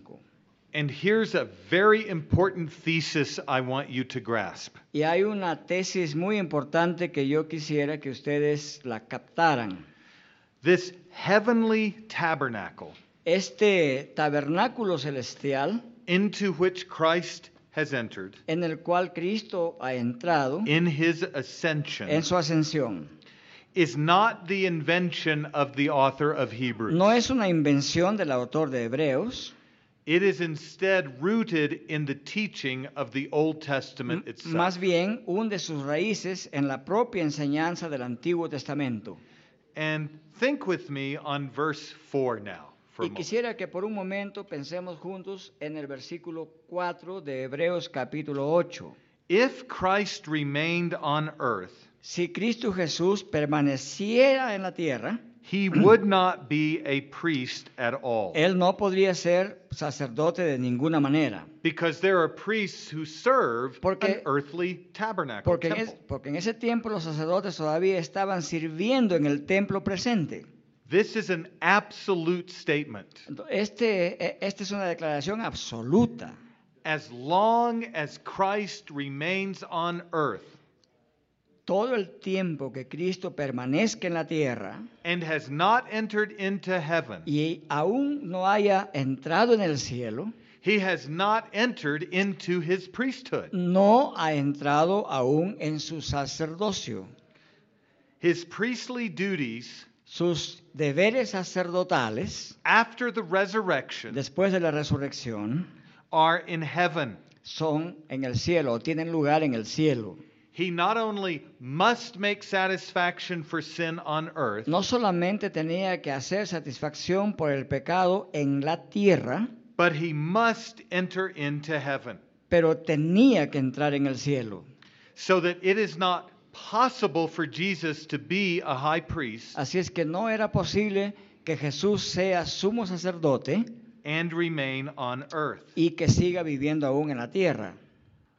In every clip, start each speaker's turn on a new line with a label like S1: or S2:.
S1: 5.
S2: And here's a very important thesis I want you to grasp.
S1: Y hay una tesis muy importante que yo quisiera que ustedes la captaran.
S2: This heavenly tabernacle
S1: Este tabernáculo celestial
S2: into which Christ has entered
S1: en el cual Cristo ha entrado
S2: in his ascension
S1: en su ascensión
S2: is not the invention of the author of Hebrews.
S1: no es una invención del autor de Hebreos,
S2: It is instead rooted in the teaching of the Old Testament itself.
S1: más bien hunde sus raíces en la propia enseñanza del Antiguo Testamento.
S2: And think with me on verse 4 now. For a
S1: Y
S2: moment.
S1: quisiera que por un momento pensemos juntos en el versículo 4 de Hebreos capítulo 8.
S2: If Christ remained on earth,
S1: Si Cristo Jesús permaneciera en la tierra,
S2: he would not be a priest at all.
S1: él no podría ser sacerdote de ninguna manera.
S2: Because there are priests who serve an
S1: Porque-
S2: earthly tabernacle.
S1: Porque en, es-
S2: temple.
S1: porque en ese tiempo los sacerdotes todavía estaban sirviendo en el templo presente.
S2: This is an absolute statement.
S1: Ento- Este, e- esta es una declaración absoluta.
S2: As long as Christ remains on earth
S1: Todo el tiempo que Cristo permanezca en la tierra
S2: and has not entered into heaven,
S1: y aún no haya entrado en el cielo,
S2: he has not entered into his priesthood.
S1: no ha entrado aún en su sacerdocio.
S2: His priestly duties
S1: Sus deberes sacerdotales
S2: after the resurrection
S1: después de la resurrección
S2: are in heaven.
S1: son en el cielo, o tienen lugar en el cielo.
S2: He not only must make satisfaction for sin on earth,
S1: No solamente tenía que hacer satisfacción por el pecado en la tierra,
S2: but he must enter into heaven.
S1: pero tenía que entrar en el cielo.
S2: so that it is not possible for Jesus to be a high priest
S1: Así es que no era posible que Jesús sea sumo sacerdote
S2: and remain on earth.
S1: y que siga viviendo aún en la tierra.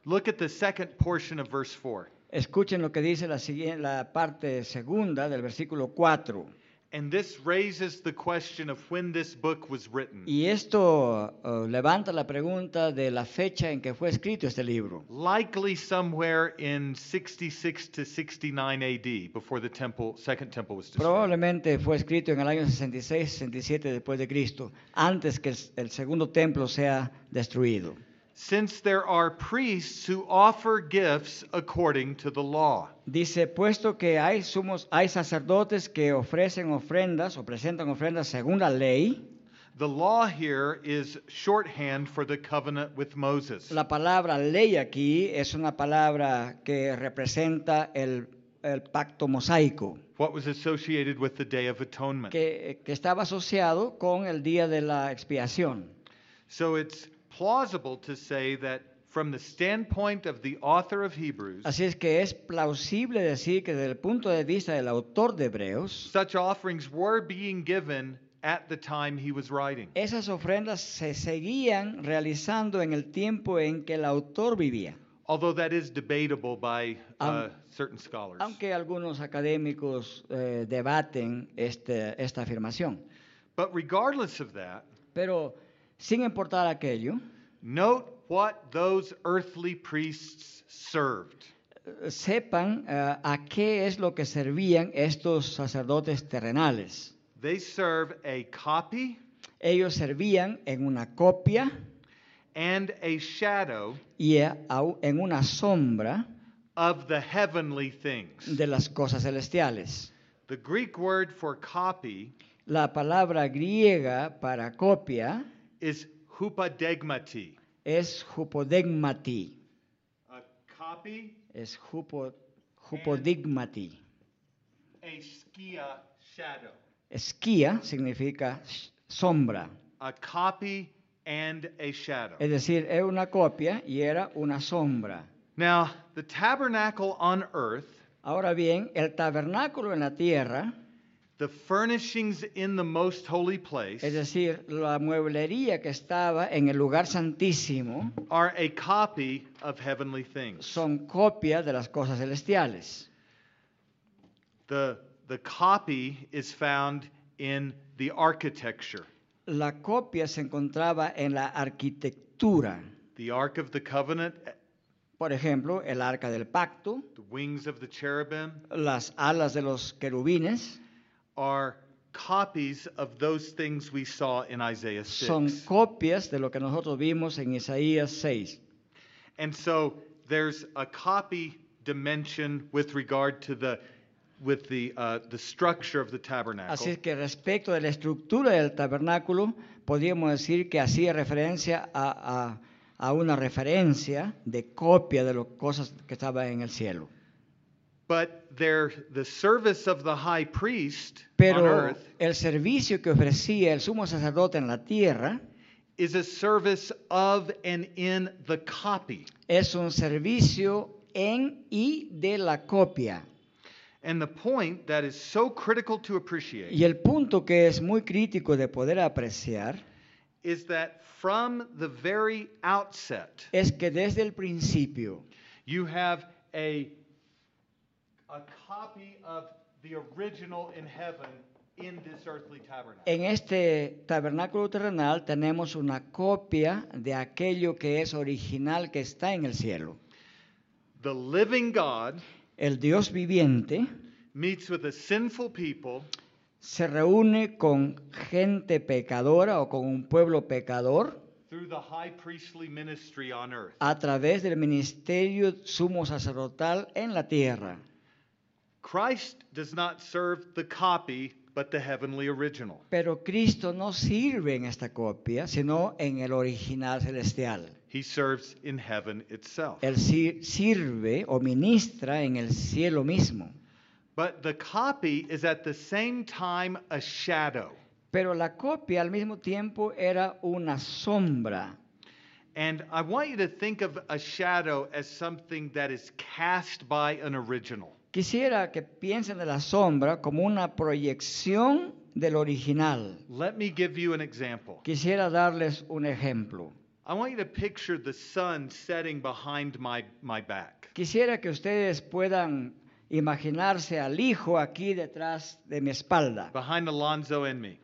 S2: Look at the second portion of verse 4.
S1: Escuchen lo que dice la, siguiente, la parte segunda del versículo 4.
S2: And this raises the question of when this book was written.
S1: Y esto eh, levanta la pregunta de la fecha en que fue escrito este libro.
S2: Likely somewhere in 66 to 69 AD, before the temple, second temple was destroyed.
S1: Probablemente fue escrito en el año 66-67 después de Cristo, antes que el- el segundo templo sea destruido.
S2: Since there are priests who offer gifts according to the law.
S1: Dice, puesto que hay, sumos, hay sacerdotes que ofrecen ofrendas o presentan ofrendas según la ley,
S2: The law here is shorthand for the covenant with Moses.
S1: La palabra ley aquí es una palabra que representa el, el pacto mosaico,
S2: what was associated with the Day of Atonement.
S1: que, que estaba asociado con el día de la expiación.
S2: So it's plausible to say that from the standpoint of the author of Hebrews,
S1: Así es que es plausible decir que desde el punto de vista del autor de Hebreos,
S2: such offerings were being given at the time he was writing.
S1: esas ofrendas se seguían realizando en el tiempo en que el autor vivía.
S2: Although that is debatable by uh,
S1: Um,
S2: certain scholars.
S1: Aunque algunos académicos eh, debaten este- esta afirmación.
S2: But regardless of that,
S1: Pero sin importar aquello,
S2: note what those earthly priests served.
S1: sepan eh, a qué es lo que servían estos sacerdotes terrenales.
S2: They serve a copy
S1: Ellos servían en una copia
S2: and a shadow
S1: y a- au- en una sombra
S2: of the heavenly things.
S1: de las cosas celestiales.
S2: The Greek word for copy
S1: La palabra griega para copia
S2: is hupadegmati.
S1: es hupodegmati,
S2: A copy,
S1: es hupo- hupodigmati.
S2: a skia shadow.
S1: Esquía significa sh- sombra,
S2: A copy and a shadow.
S1: es decir, era una copia y era una sombra.
S2: Now, the tabernacle on earth,
S1: Ahora bien, el tabernáculo en la tierra
S2: the furnishings in the most holy place,
S1: Es decir, la mueblería que estaba en el lugar santísimo
S2: are a copy of heavenly things.
S1: son copias de las cosas celestiales.
S2: The, the copy is found in the architecture.
S1: La copia se encontraba en la arquitectura.
S2: The Ark of the Covenant, eh,
S1: Por ejemplo, el arca del pacto,
S2: the wings of the cherubim,
S1: las alas de los querubines
S2: are copies of those things we saw in Isaiah 6.
S1: son copias de lo que nosotros vimos en Isaías 6.
S2: And so there's a copy dimension with regard to the with the uh, the structure of the tabernacle.
S1: Así es que respecto de la estructura del tabernáculo, podríamos decir que hacía referencia a, a- a una referencia de copia de las cosas que estaban en el cielo.
S2: But there the service of the high priest on
S1: Pero
S2: earth
S1: el servicio que ofrecía el sumo sacerdote en la tierra
S2: is a service of and in the copy.
S1: es un servicio en y de la copia.
S2: And the point that is so critical to appreciate
S1: Y el punto que es muy crítico de poder apreciar
S2: is that from the very outset
S1: es que desde el principio
S2: you have a a copy of the original in heaven in this earthly tabernacle.
S1: En este tabernáculo terrenal tenemos una copia de aquello que es original que está en el cielo.
S2: The living God
S1: El Dios viviente
S2: meets with a sinful people
S1: se reúne con gente pecadora o con un pueblo pecador
S2: through the high priestly ministry on earth.
S1: a través del ministerio sumo sacerdotal en la tierra.
S2: Christ does not serve the copy, but the heavenly original.
S1: Pero Cristo no sirve en esta copia, sino en el original celestial.
S2: He serves in heaven itself.
S1: Él sí sirve o ministra en el cielo mismo.
S2: But the copy is at the same time a shadow.
S1: Pero la copia al mismo tiempo era una sombra.
S2: And I want you to think of a shadow as something that is cast by an original.
S1: Quisiera que piensen de la sombra como una proyección del original.
S2: Let me give you an example.
S1: Quisiera darles un ejemplo.
S2: I want you to picture the sun setting behind my, my back.
S1: Quisiera que ustedes puedan imaginarse al hijo aquí detrás de mi espalda,
S2: behind Alonzo and me.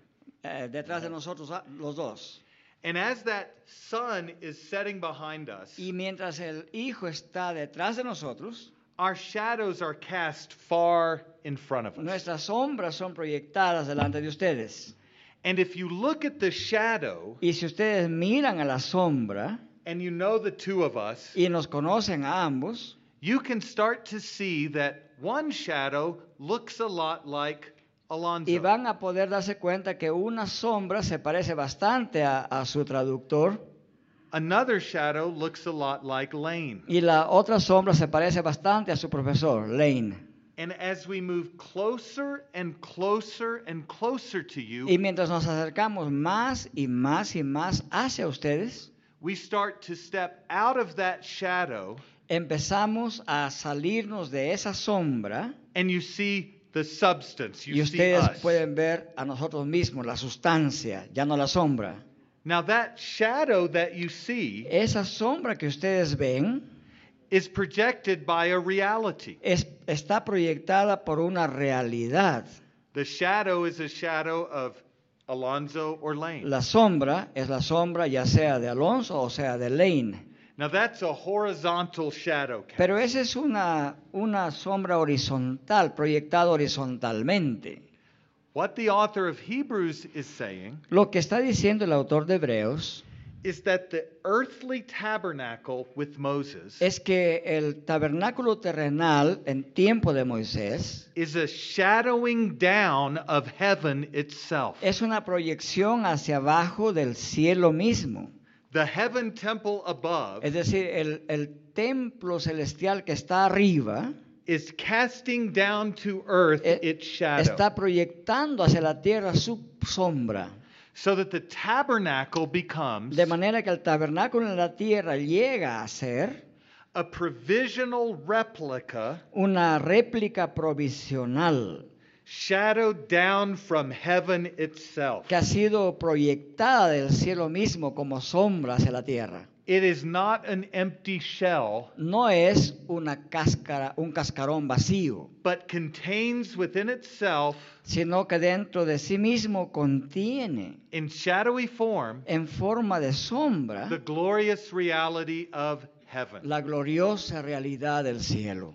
S1: eh, detrás de nosotros ah, los dos.
S2: And as that sun is setting behind us,
S1: Y mientras el hijo está detrás de nosotros,
S2: our shadows are cast far in front of us.
S1: nuestras sombras son proyectadas delante de ustedes.
S2: And if you look at the shadow
S1: Y si ustedes miran a la sombra,
S2: and you know the two of us,
S1: y nos conocen a ambos,
S2: you can start to see that one shadow looks a lot like Alonzo.
S1: y van a poder darse cuenta que una sombra se parece bastante a, a su traductor
S2: Another shadow looks a lot like Lane.
S1: y la otra sombra se parece bastante a su profesor, Lane.
S2: And as we move closer and closer and closer to
S1: Y
S2: you,
S1: mientras nos acercamos más y más y más hacia ustedes,
S2: we start to step out of that shadow
S1: empezamos a salirnos de esa sombra
S2: and you see the substance. You
S1: y
S2: see
S1: ustedes
S2: us.
S1: pueden ver a nosotros mismos, la sustancia, ya no la sombra.
S2: Now that shadow that you see
S1: Esa sombra que ustedes ven
S2: is projected by a reality.
S1: es- está proyectada por una realidad.
S2: The shadow is a shadow of Alonzo or Lane.
S1: La sombra es la sombra ya sea de Alonso o sea de Lane.
S2: Now that's a horizontal shadow. cast.
S1: Pero esa es una, una sombra horizontal, proyectada horizontalmente.
S2: what the author of Hebrews is saying
S1: Lo que está diciendo el autor de Hebreos
S2: is that the earthly tabernacle with Moses
S1: es que el tabernáculo terrenal en tiempo de Moisés
S2: is a shadowing down of heaven itself.
S1: es una proyección hacia abajo del cielo mismo.
S2: the heaven temple above
S1: Es decir, el, el templo celestial que está arriba
S2: is casting down to earth
S1: eh,
S2: its shadow
S1: está proyectando hacia la tierra su sombra.
S2: so that the tabernacle becomes
S1: De manera que el tabernáculo en la tierra llega a ser
S2: a provisional replica
S1: una réplica provisional
S2: shadowed down from heaven itself.
S1: que ha sido proyectada del cielo mismo como sombra hacia la tierra.
S2: It is not an empty shell,
S1: No es una cáscara, un cascarón vacío,
S2: but contains within itself,
S1: sino que dentro de sí mismo contiene,
S2: in shadowy form,
S1: en forma de sombra,
S2: the glorious reality of heaven.
S1: Eh? la gloriosa realidad del cielo.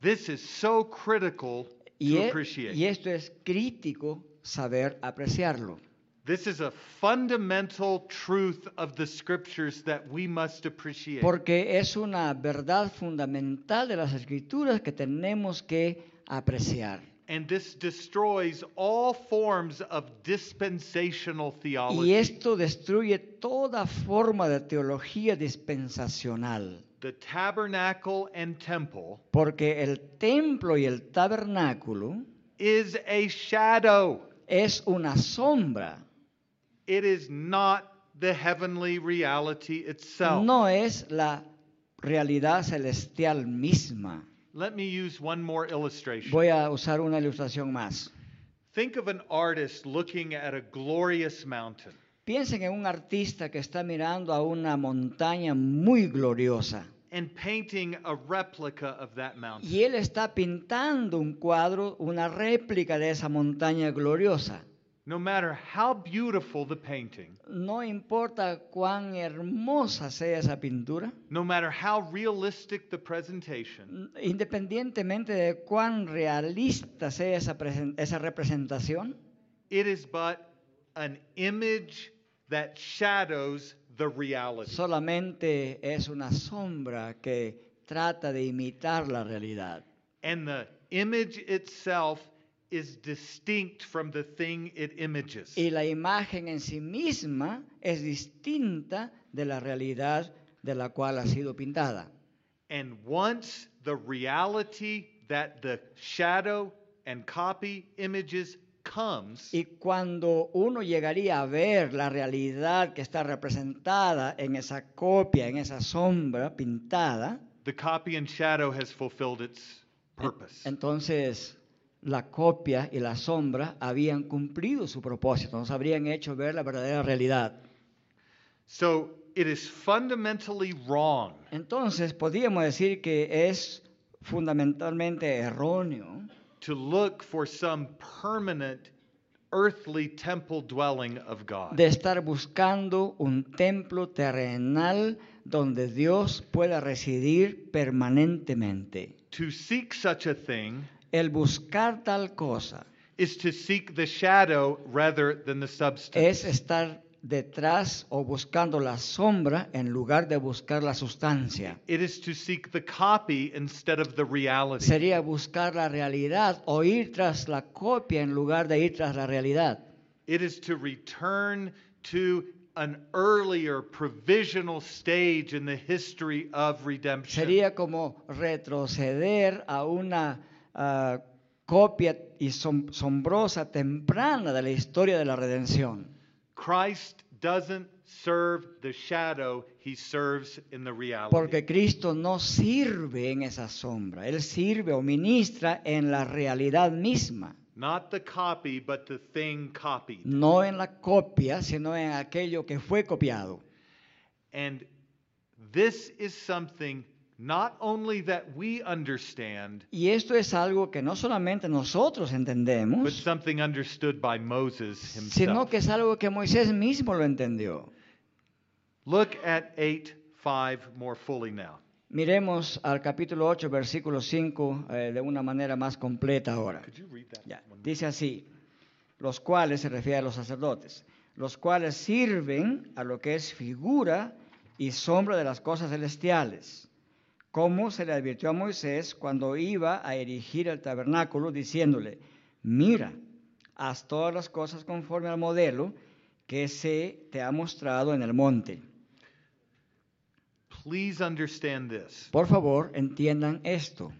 S2: This is so critical
S1: Y, e-
S2: to
S1: y
S2: appreciate.
S1: esto es crítico saber apreciarlo.
S2: This is a fundamental truth of the scriptures that we must appreciate.
S1: Porque es una verdad fundamental de las escrituras que tenemos que apreciar.
S2: And this destroys all forms of dispensational
S1: Y
S2: theology.
S1: esto destruye toda forma de teología dispensacional.
S2: The tabernacle and temple
S1: Porque el templo y el tabernáculo
S2: is a shadow.
S1: es una sombra,
S2: It is not the heavenly reality itself.
S1: no es la realidad celestial misma.
S2: Let me use one more illustration.
S1: Voy a usar una ilustración más.
S2: Think of an artist looking at a glorious mountain.
S1: Piensen en un artista que está mirando a una montaña muy gloriosa
S2: and painting a replica of that mountain.
S1: y él está pintando un cuadro, una réplica de esa montaña gloriosa.
S2: No matter how beautiful the painting,
S1: No importa cuán hermosa sea esa pintura,
S2: no matter how realistic the presentation,
S1: independientemente de cuán realista sea esa, presen- esa representación,
S2: it is but an image that shadows the reality.
S1: solamente es una sombra que trata de imitar la realidad.
S2: And the image itself is distinct from the thing it images.
S1: Y la imagen en sí misma es distinta de la realidad de la cual ha sido pintada.
S2: And once the reality that the shadow and copy images comes,
S1: Y cuando uno llegaría a ver la realidad que está representada en esa copia, en esa sombra pintada,
S2: The copy and shadow has fulfilled its purpose.
S1: entonces la copia y la sombra habían cumplido su propósito, nos habrían hecho ver la verdadera realidad.
S2: so it is fundamentally wrong
S1: Entonces podríamos decir que es fundamentalmente erróneo
S2: to look for some permanent earthly temple dwelling of God.
S1: de estar buscando un templo terrenal donde Dios pueda residir permanentemente.
S2: to seek such a thing
S1: El buscar tal cosa
S2: is to seek the shadow rather than the substance.
S1: es estar detrás o buscando la sombra en lugar de buscar la sustancia.
S2: it is to seek the copy instead of the reality.
S1: Sería buscar la realidad o ir tras la copia en lugar de ir tras la realidad.
S2: it is to return to an earlier provisional stage in the history of redemption.
S1: Sería como retroceder a una ah, copia y som- sombrosa temprana de la historia de la redención.
S2: Christ doesn't serve the shadow, he serves in the reality.
S1: Porque Cristo no sirve en esa sombra, Él sirve o ministra en la realidad misma,
S2: Not the copy, but the thing copied.
S1: no en la copia, sino en aquello que fue copiado.
S2: And this is something not only that we understand,
S1: Y esto es algo que no solamente nosotros
S2: but
S1: entendemos,
S2: something understood by Moses
S1: sino
S2: Pues himself.
S1: que es algo que Moisés mismo lo entendió.
S2: Look at 8 5 more fully now.
S1: Miremos al capítulo 8, versículo 5, eh, de una manera más completa ahora.
S2: Could you read that?
S1: Ya,
S2: one more?
S1: Dice así, los cuales se refiere a los sacerdotes, los cuales sirven a lo que es figura y sombra de las cosas celestiales, como se le advirtió a Moisés cuando iba a erigir el tabernáculo, diciéndole, mira, haz todas las cosas conforme al modelo que se te ha mostrado en el monte.
S2: Please understand this.
S1: Por favor, entiendan esto.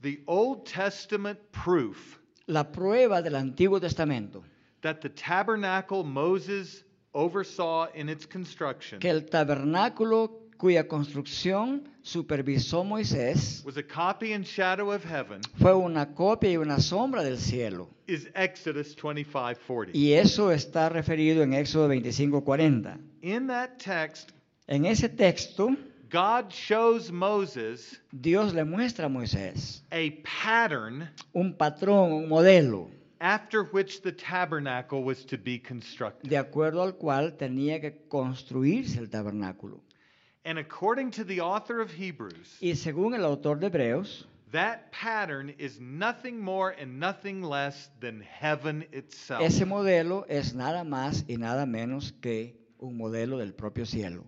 S2: The Old Testament proof
S1: La prueba del Antiguo Testamento,
S2: that the tabernacle Moses oversaw in its construction
S1: que el tabernáculo cuya construcción supervisó Moisés,
S2: was a copy and shadow of heaven
S1: fue una copia y una sombra del cielo.
S2: is Exodus 25:40.
S1: Y eso está referido en Éxodo 25:40.
S2: In that text,
S1: En ese texto,
S2: God shows Moses
S1: Dios le muestra a Moisés
S2: a pattern
S1: un patrón, un modelo,
S2: after which the tabernacle was to be constructed.
S1: de acuerdo al cual tenía que construirse el tabernáculo.
S2: And according to the author of Hebrews,
S1: Y según el autor de Hebreos,
S2: that pattern is nothing more and nothing less than heaven itself.
S1: ese modelo es nada más y nada menos que un modelo del propio cielo.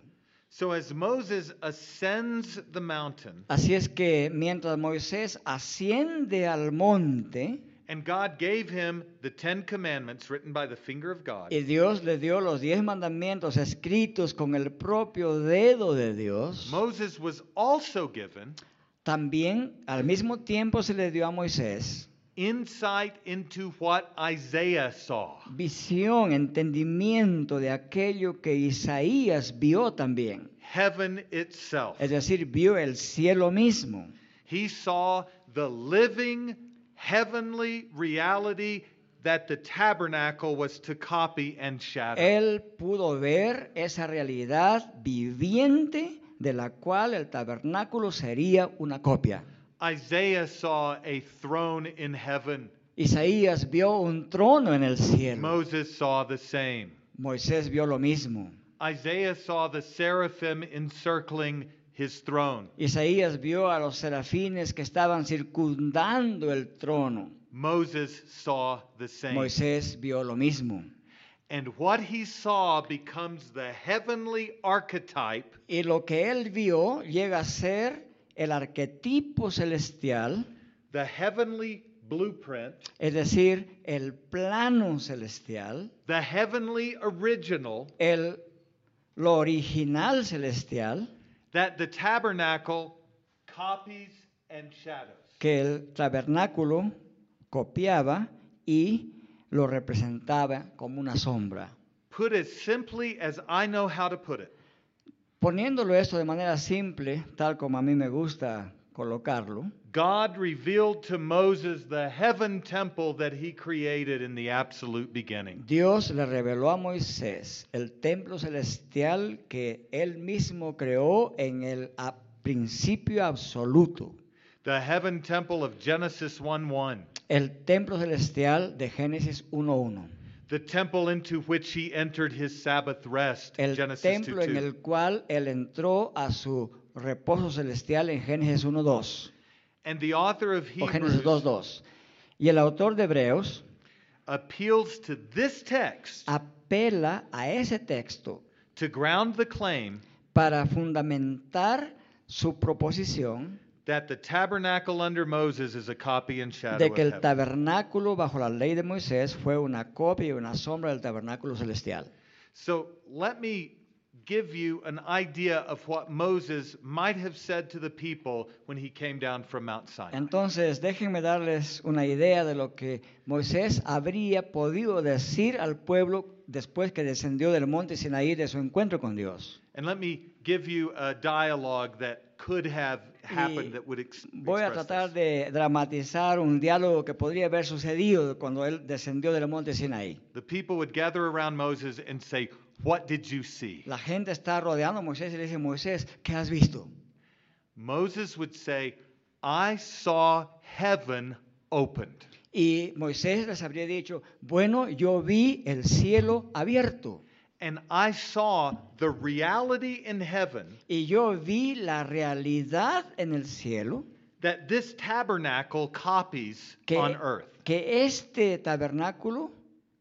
S2: So as Moses ascends the mountain
S1: Así es que mientras Moisés asciende al monte
S2: and God gave him the 10 commandments written by the finger of God,
S1: y Dios le dio los diez mandamientos escritos con el propio dedo de Dios,
S2: Moses was also given
S1: también al mismo tiempo se le dio a Moisés
S2: insight into what Isaiah saw.
S1: visión, entendimiento de aquello que Isaías vio también.
S2: Heaven itself.
S1: Es decir, vio el cielo mismo.
S2: He saw the living heavenly reality that the tabernacle was to copy and shadow.
S1: Él pudo ver esa realidad viviente de la cual el tabernáculo sería una copia.
S2: Isaiah saw a throne in heaven.
S1: Isaías vio un trono en el cielo.
S2: Moses saw the same.
S1: Moisés vio lo mismo.
S2: Isaiah saw the seraphim encircling his throne.
S1: Isaías vio a los serafines que estaban circundando el trono.
S2: Moses saw the same.
S1: Moisés vio lo mismo.
S2: And what he saw becomes the heavenly archetype
S1: Y lo que él vio llega a ser el arquetipo celestial,
S2: the heavenly blueprint,
S1: es decir, el plano celestial,
S2: the heavenly original
S1: el, lo original celestial
S2: that the tabernacle copies and shadows.
S1: que el tabernáculo copiaba y lo representaba como una sombra.
S2: Put as simply as I know how to put it,
S1: Poniéndolo esto de manera simple, tal como a mí me gusta colocarlo,
S2: God revealed to Moses the heaven temple that he created in the absolute beginning.
S1: Dios le reveló a Moisés el templo celestial que él mismo creó en el a- principio absoluto,
S2: The heaven temple of Genesis 1 1,
S1: el templo celestial de Génesis 1.1,
S2: the temple into which he entered his Sabbath rest,
S1: el
S2: Genesis 2
S1: templo en el cual él entró a su reposo celestial en Génesis 1.2
S2: And the author of
S1: o Génesis
S2: Hebrews
S1: 2.2. Y el autor de Hebreos
S2: appeals to this text
S1: Ah. apela a ese texto
S2: to ground the claim
S1: para fundamentar su proposición
S2: that the tabernacle under Moses is a copy and shadow
S1: de que
S2: of
S1: el
S2: heaven.
S1: tabernáculo bajo la ley de Moisés fue una copia y una sombra del tabernáculo celestial.
S2: So let me give you an idea of what Moses might have said to the people when he came down from Mount Sinai.
S1: Entonces, déjenme darles una idea de lo que Moisés habría podido decir al pueblo después que descendió del monte Sinaí de su encuentro con Dios.
S2: and let me give you a dialogue that could have happened
S1: Y
S2: that would ex-
S1: Voy a
S2: express
S1: tratar
S2: this.
S1: de dramatizar un diálogo que podría haber sucedido cuando él descendió del monte Sinaí.
S2: The people would gather around Moses and say, "What did you see?"
S1: La gente está rodeando a Moisés y le dice, Moisés, ¿qué has visto?
S2: Moses would say, "I saw heaven opened."
S1: Y Moisés les habría dicho, bueno, yo vi el cielo abierto
S2: And I saw the reality in heaven
S1: y yo vi la realidad en el cielo,
S2: that this tabernacle copies
S1: que,
S2: on earth.
S1: que este tabernáculo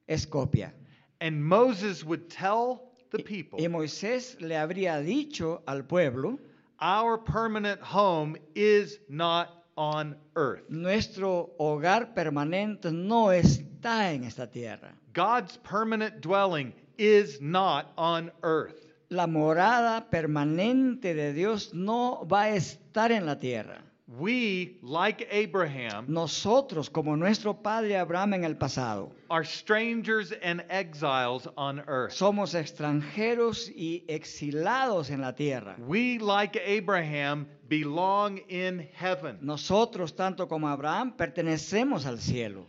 S1: es copia.
S2: And Moses would tell
S1: E-,
S2: the people,
S1: Y Moisés le habría dicho al pueblo,
S2: Our permanent home is not on earth.
S1: nuestro hogar permanente no está en esta tierra.
S2: God's permanent dwelling is not on earth.
S1: La morada permanente de Dios no va a estar en la tierra.
S2: We, like Abraham,
S1: Nosotros, como nuestro padre Abraham en el pasado,
S2: are strangers and exiles on earth.
S1: somos extranjeros y exilados en la tierra.
S2: We, like Abraham, belong in heaven
S1: Nosotros, tanto como Abraham, pertenecemos al cielo,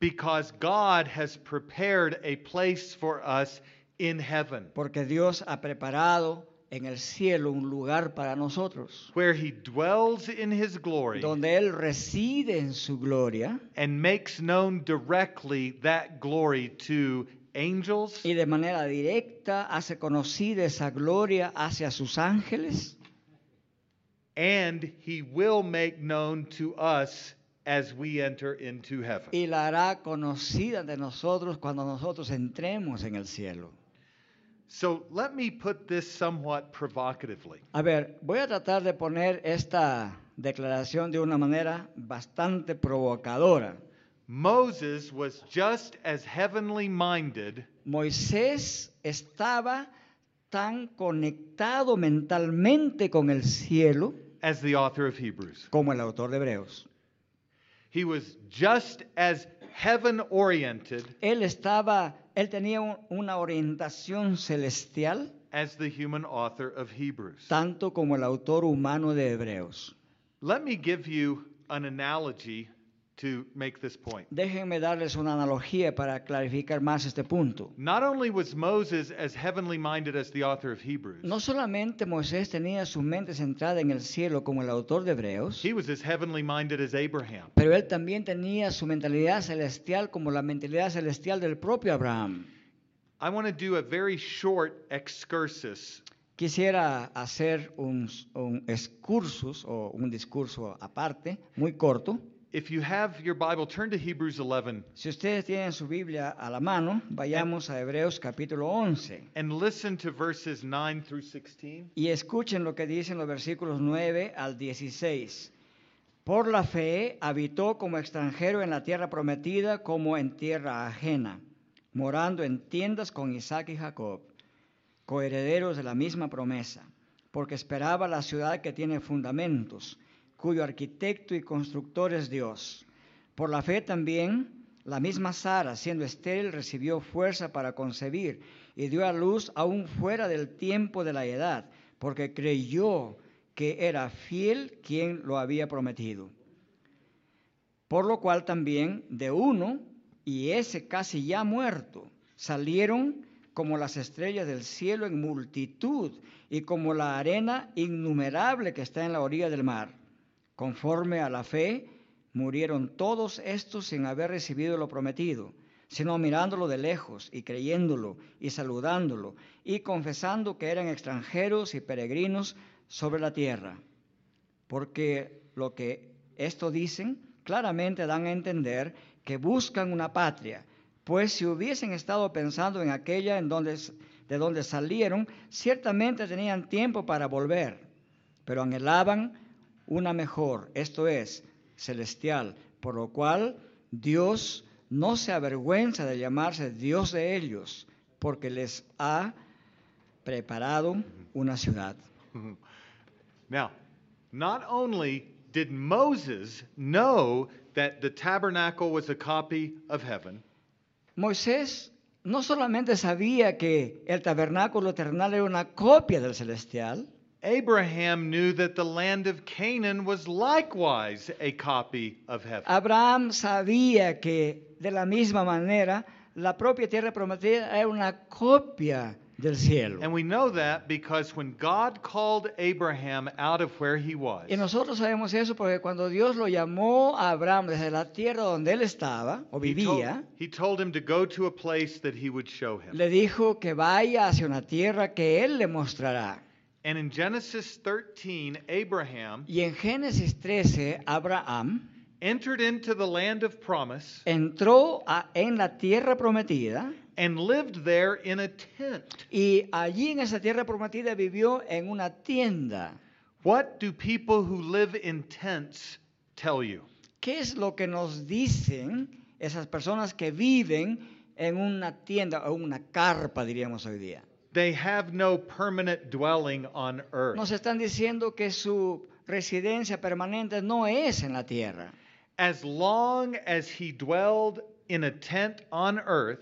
S2: because God has prepared a place for us in heaven
S1: porque Dios ha preparado en el cielo un lugar para nosotros,
S2: where he dwells in his glory
S1: donde Él reside en su gloria
S2: and makes known directly that glory to angels,
S1: y de manera directa hace conocida esa gloria hacia sus ángeles
S2: and he will make known to us as we enter into heaven.
S1: y la hará conocida de nosotros cuando nosotros entremos en el cielo.
S2: So let me put this somewhat provocatively.
S1: A ver, voy a tratar de poner esta declaración de una manera bastante provocadora.
S2: Moses was just as heavenly minded
S1: Moisés estaba tan conectado mentalmente con el cielo
S2: as the author of Hebrews.
S1: como el autor de Hebreos.
S2: He was just as heaven oriented
S1: Él estaba, él tenía un- una orientación celestial
S2: as the human author of Hebrews.
S1: tanto como el autor humano de Hebreos.
S2: Let me give you an analogy to make this point.
S1: Déjenme darles una analogía para clarificar más este punto.
S2: Not only was Moses as heavenly minded as the author of Hebrews,
S1: No solamente Moisés tenía su mente centrada en el cielo como el autor de Hebreos,
S2: he was as heavenly minded as Abraham.
S1: pero él también tenía su mentalidad celestial como la mentalidad celestial del propio Abraham.
S2: I want to do a very short excursus
S1: Quisiera hacer un, un excursus o un discurso aparte, muy corto.
S2: If you have your Bible, turn to Hebrews 11
S1: Si ustedes tienen su Biblia a la mano, vayamos a Hebreos capítulo 11
S2: and listen to verses 9 through 16.
S1: y escuchen lo que dicen los versículos 9 al 16. Por la fe habitó como extranjero en la tierra prometida como en tierra ajena, morando en tiendas con Isaac y Jacob, coherederos de la misma promesa, porque esperaba la ciudad que tiene fundamentos, cuyo arquitecto y constructor es Dios. Por la fe también, la misma Sara, siendo estéril, recibió fuerza para concebir y dio a luz aún fuera del tiempo de la edad, porque creyó que era fiel quien lo había prometido. Por lo cual también de uno, y ese casi ya muerto, salieron como las estrellas del cielo en multitud y como la arena innumerable que está en la orilla del mar. Conforme a la fe, murieron todos estos sin haber recibido lo prometido, sino mirándolo de lejos y creyéndolo y saludándolo y confesando que eran extranjeros y peregrinos sobre la tierra porque lo que esto dicen claramente dan a entender que buscan una patria, pues si hubiesen estado pensando en aquella en donde, s- de donde salieron, ciertamente tenían tiempo para volver, pero anhelaban una mejor, esto es, celestial, por lo cual Dios no se avergüenza de llamarse Dios de ellos, porque les ha preparado una ciudad.
S2: Now, not only did Moses know that the tabernacle was a copy of heaven,
S1: Moisés no solamente sabía que el tabernáculo eternal era una copia del celestial,
S2: Abraham knew that the land of Canaan was likewise a copy of heaven.
S1: Abraham sabía que de la misma manera la propia tierra prometida era una copia del
S2: And
S1: cielo.
S2: we know that because when God called Abraham out of where he was,
S1: Y nosotros sabemos eso porque cuando Dios lo llamó a Abraham desde la tierra donde él estaba o
S2: he told,
S1: vivía,
S2: he told him to go to a place that he would show him.
S1: le dijo que vaya hacia una tierra que él le mostrará.
S2: And in Genesis 13, Abraham
S1: Y en Génesis 13, Abraham
S2: entered into the land of promise
S1: entró a- en la tierra prometida
S2: and lived there in a tent.
S1: Y allí en esa tierra prometida vivió en una tienda.
S2: What do people who live in tents tell you?
S1: ¿Qué es lo que nos dicen esas personas que viven en una tienda o una carpa, diríamos hoy día?
S2: They have no permanent dwelling on earth.
S1: Nos están diciendo que su residencia permanente no es en la tierra.
S2: As long as he dwelled in a tent on earth,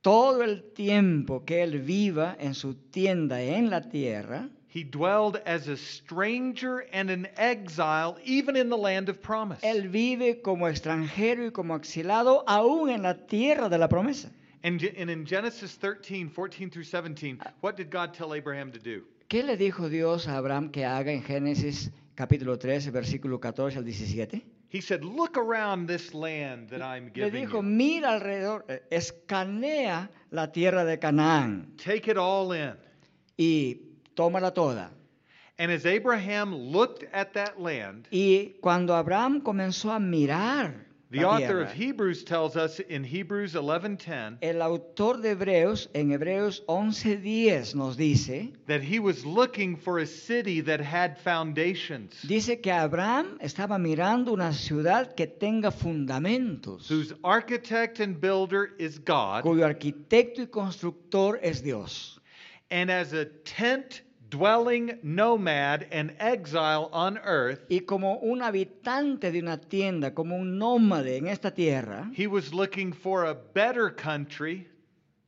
S1: Todo el tiempo que él viva en su tienda en la tierra,
S2: he dwelled as a stranger and an exile, even in the land of promise.
S1: él vive como extranjero y como exilado aún en la tierra de la promesa.
S2: And, Ge- and in Genesis 13, 14 through 17, what did God tell Abraham to do?
S1: ¿Qué le dijo Dios a Abraham que haga en Génesis capítulo 13, versículo 14 al 17?
S2: He said, Look around this land that I'm
S1: Le
S2: giving
S1: dijo,
S2: you.
S1: mira alrededor, eh, escanea la tierra de Canaán
S2: Take it all in.
S1: y tómala toda.
S2: And as Abraham looked at that land,
S1: Y cuando Abraham comenzó a mirar
S2: the
S1: la
S2: author of
S1: tierra,
S2: Hebrews tells us in Hebrews 11:10
S1: el autor de Hebreos, en Hebreos 11.10 nos dice,
S2: that he was looking for a city that had foundations,
S1: dice que Abraham estaba mirando una ciudad que tenga fundamentos,
S2: whose architect and builder is God,
S1: cuyo arquitecto y constructor es Dios.
S2: and as a tent dwelling nomad and exile on earth,
S1: Y como un habitante de una tienda, como un nómade en esta tierra,
S2: he was looking for a better country.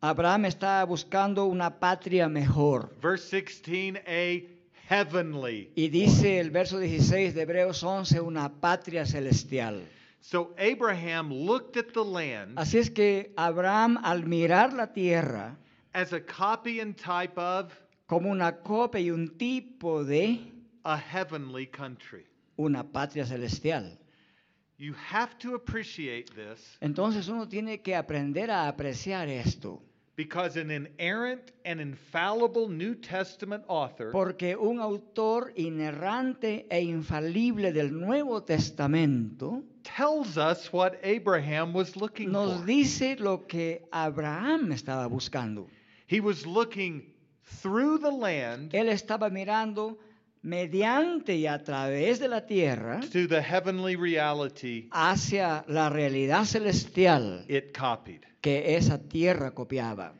S1: Abraham está buscando una patria mejor.
S2: Verse 16, a heavenly.
S1: Y dice el verso 16 de Hebreos 11, una patria celestial.
S2: So Abraham looked at the land
S1: Así es que Abraham al mirar la tierra
S2: as a copy and type of
S1: como una copia y un tipo de
S2: a heavenly country.
S1: una patria celestial.
S2: You have to appreciate this
S1: Entonces uno tiene que aprender a apreciar esto,
S2: because an inerrant and infallible New Testament author
S1: porque un autor inerrante e infalible del Nuevo Testamento
S2: tells us what Abraham was looking
S1: nos
S2: for.
S1: dice lo que Abraham estaba buscando.
S2: He was looking through the land
S1: Él estaba mirando mediante y a través de la tierra
S2: to the heavenly reality
S1: hacia la realidad celestial
S2: it copied.
S1: que esa tierra copiaba.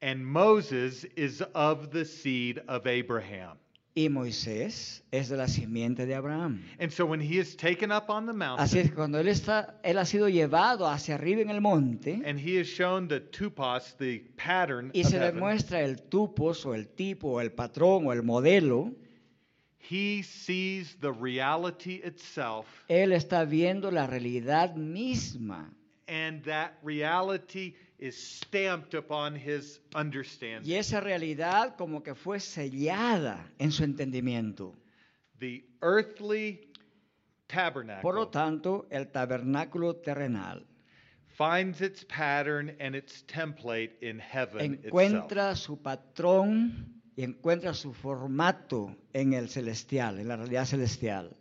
S2: And Moses is of the seed of Abraham.
S1: Y Moisés es de la simiente de Abraham.
S2: And so when he is taken up on the
S1: Así
S2: mountain
S1: es que cuando él está, él ha sido llevado hacia arriba en el monte
S2: and he is shown the tupos, the pattern
S1: y
S2: of
S1: se le
S2: heaven,
S1: muestra el tupos o el tipo o el patrón o el modelo,
S2: he sees the reality itself,
S1: él está viendo la realidad misma
S2: and that reality is stamped upon his understanding.
S1: y esa realidad como que fue sellada en su entendimiento.
S2: The earthly tabernacle
S1: Por lo tanto, el tabernáculo terrenal
S2: finds its pattern and its template in heaven itself.
S1: encuentra su patrón y encuentra su formato en el celestial, en la realidad celestial.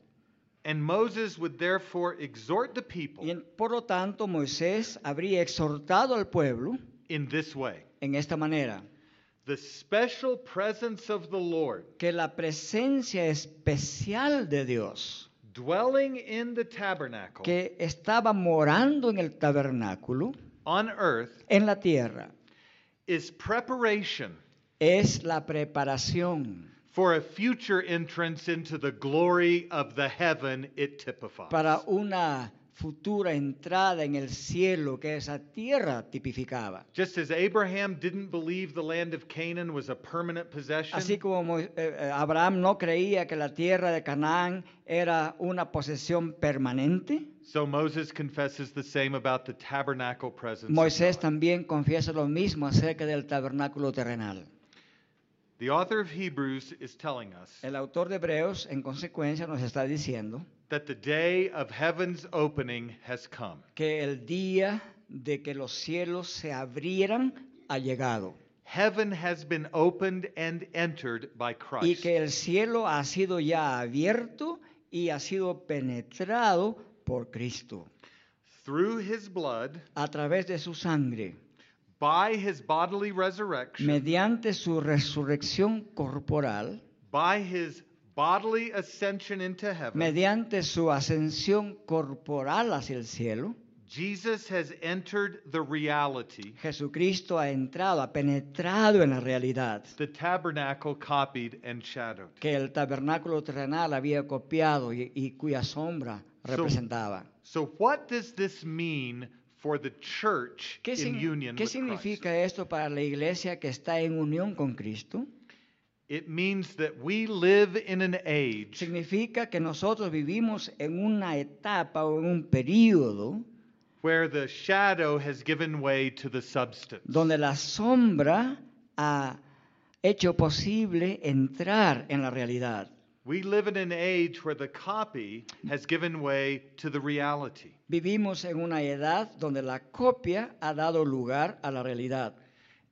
S2: And Moses would therefore exhort the people
S1: Y en- por lo tanto, Moisés habría exhortado al pueblo
S2: in this way.
S1: en esta manera,
S2: The special presence of the Lord
S1: que la presencia especial de Dios,
S2: dwelling in the tabernacle
S1: que estaba morando en el tabernáculo,
S2: on earth
S1: en la tierra,
S2: is preparation
S1: es la preparación
S2: for a future entrance into the glory of the heaven it typifies.
S1: para una futura entrada en el cielo que esa tierra tipificaba.
S2: Just as Abraham didn't believe the land of Canaan was a permanent possession,
S1: Así como Mo- eh, eh, Abraham no creía que la tierra de Canaán era una posesión permanente,
S2: so Moses confesses the same about the tabernacle presence. of
S1: Moisés
S2: God.
S1: también confiesa lo mismo acerca del tabernáculo terrenal.
S2: The author of Hebrews is telling us
S1: El autor de Hebreos, en consecuencia, nos está diciendo
S2: that the day of heaven's opening has come.
S1: que el día de que los cielos se abrieran ha llegado
S2: Heaven has been opened and entered by Christ.
S1: y que el cielo ha sido ya abierto y ha sido penetrado por Cristo
S2: Through his blood,
S1: a través de su sangre,
S2: by his bodily resurrection,
S1: mediante su resurrección corporal,
S2: by his bodily ascension into heaven,
S1: mediante su ascensión corporal hacia el cielo,
S2: Jesus has entered the reality
S1: Jesucristo ha entrado, ha penetrado en la realidad
S2: the tabernacle copied and shadowed.
S1: que el tabernáculo terrenal había copiado y, y cuya sombra representaba.
S2: So, what does this mean for the church
S1: ¿Qué,
S2: in
S1: sin-
S2: union
S1: qué
S2: with
S1: significa
S2: Christ?
S1: esto para la iglesia que está en unión con Cristo?
S2: It means that we live in an age
S1: Significa que nosotros vivimos en una etapa o en un periodo
S2: where the shadow has given way to the substance.
S1: donde la sombra ha hecho posible entrar en la realidad.
S2: We live in an age where the copy has given way to the reality.
S1: Vivimos en una edad donde la copia ha dado lugar a la realidad.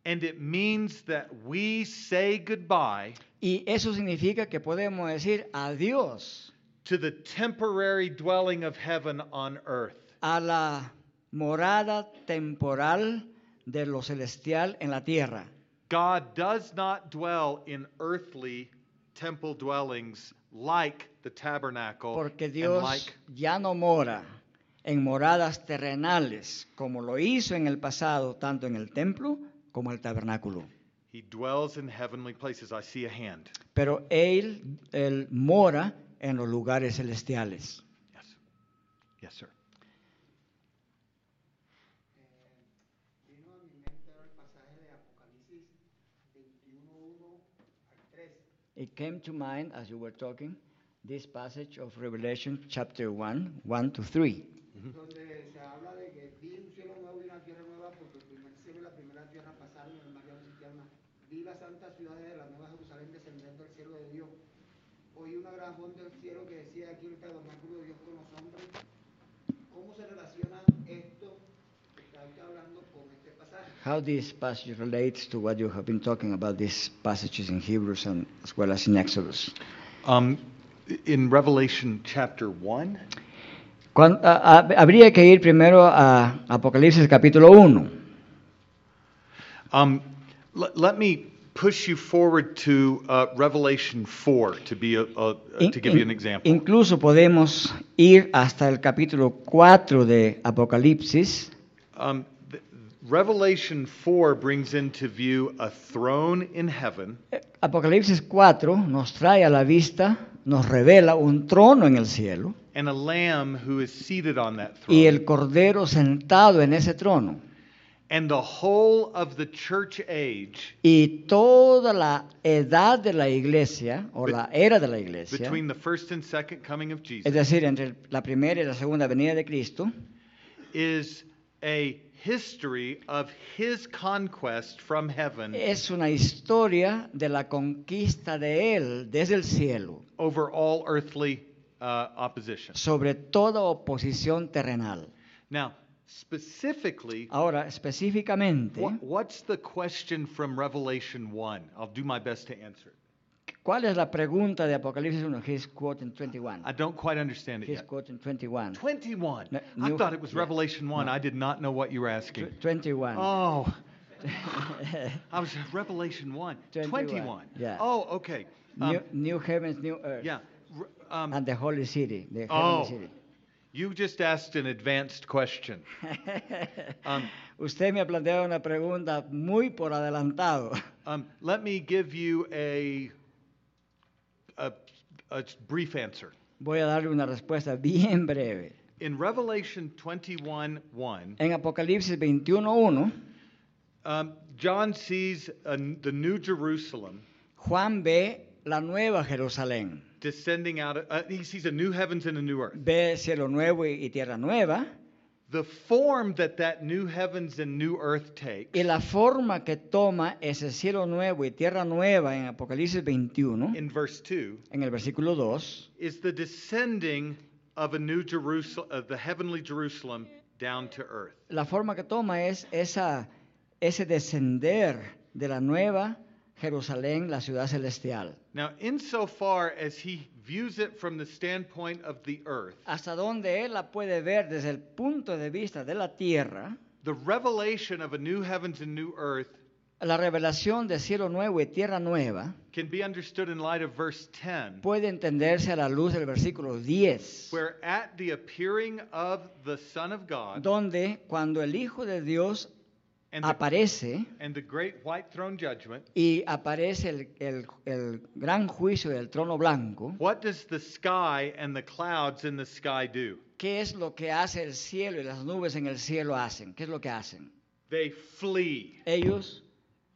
S2: And it means that we say goodbye
S1: Y eso significa que podemos decir adiós
S2: to the temporary dwelling of heaven on earth.
S1: a la morada temporal de lo celestial en la tierra.
S2: God does not dwell in earthly temple dwellings like the tabernacle
S1: Porque
S2: and
S1: Dios
S2: like
S1: ya no mora en moradas terrenales como lo hizo en el pasado, tanto en el templo como el tabernáculo.
S2: he dwells in heavenly places. I see a hand.
S1: Pero él, él mora en los lugares celestiales.
S2: Yes. Yes, sir.
S3: Eh, vino a mi mente ahora el pasaje de Apocalipsis 21.1 al 3.
S1: It came to mind as you were talking this passage of Revelation chapter 1, 1 to 3.
S3: donde se habla de que vi un cielo nuevo y una tierra nueva, porque el primer cielo y la primera tierra pasaron y el mar ya no existía más. Vi las santas ciudades de la Nueva Jerusalén descendiendo al cielo de Dios. Oí una gran voz del cielo que decía aquí el tabernáculo de Dios con los hombres. ¿Cómo se relaciona esto que está usted hablando con este pasaje?
S1: How this passage relates to what you have been talking about, these passages in Hebrews and as well as in Exodus.
S2: Um, in Revelation chapter 1,
S1: Cuan- a- a- habría que ir primero a Apocalipsis capítulo 1.
S2: um, le- let me push you forward to uh, Revelation 4 to, be a, a,
S1: In-
S2: Uh, to give
S1: in-
S2: you an example.
S1: Incluso podemos ir hasta el capítulo 4 de Apocalipsis.
S2: Um, th- Revelation 4 brings into view a throne in heaven
S1: Eh, Apocalipsis 4 nos trae a la vista, nos revela un trono en el cielo
S2: and a lamb who is seated on that throne.
S1: y el cordero sentado en ese trono.
S2: And the whole of the church age,
S1: Y toda la edad de la iglesia, o la era de la iglesia,
S2: between the first and second coming of Jesus,
S1: es decir, entre la primera y la segunda venida de Cristo,
S2: is a history of his conquest from heaven
S1: es una historia de la conquista de Él desde el cielo
S2: over all earthly uh, opposition.
S1: sobre toda oposición terrenal.
S2: Now, specifically,
S1: Ahora, específicamente,
S2: wha- what's the question from Revelation 1? I'll do my best to answer it.
S1: ¿cuál es la pregunta de Apocalipsis 1? He's quoting 21.
S2: I don't quite understand it
S1: He's
S2: yet.
S1: quoting 21.
S2: 21.
S1: No,
S2: I
S1: no,
S2: thought it was
S1: yeah.
S2: Revelation 1. I did not know what you were asking.
S1: Tw- 21.
S2: Oh. I was Revelation 1.
S1: 21,
S2: 21.
S1: yeah.
S2: Oh, okay. Um,
S1: new, new heavens, new earth.
S2: yeah. r- Um,
S1: And the Ah, holy city. The heavenly
S2: Oh.
S1: city.
S2: you just asked an advanced question. Um,
S1: Usted me ha planteado una pregunta muy por adelantado.
S2: Um, let me give you a, a, a brief answer.
S1: Voy a darle una respuesta bien breve.
S2: In Revelation 21 1,
S1: En Apocalipsis 21.1,
S2: um, John sees a n- the New Jerusalem
S1: Juan ve la nueva Jerusalén.
S2: descending out, of, uh, he sees a new heavens and a new earth.
S1: Ve cielo nuevo y y tierra nueva.
S2: The form that that new heavens and new earth takes
S1: Y la forma que toma ese cielo nuevo y tierra nueva en Apocalipsis 21,
S2: in verse 2
S1: en el versículo 2,
S2: is the descending of a new Jerusalem, of the heavenly Jerusalem down to earth.
S1: la forma que toma es esa, ese descender de la nueva Jerusalén, la ciudad celestial.
S2: Now, insofar as he views it from the standpoint of the earth,
S1: Hasta donde él la puede ver desde el punto de vista de la tierra,
S2: the revelation of a new heavens and new earth
S1: la revelación de cielo nuevo y tierra nueva
S2: can be understood in light of verse 10,
S1: puede entenderse a la luz del versículo 10,
S2: where at the appearing of the Son of God
S1: donde cuando el Hijo de Dios
S2: and the,
S1: aparece
S2: and the great white throne judgment,
S1: y aparece el, el- el gran juicio del trono blanco,
S2: what does the sky and the clouds in the sky do?
S1: ¿qué es lo que hace el cielo y las nubes en el cielo hacen? ¿Qué es lo que hacen?
S2: They flee.
S1: Ellos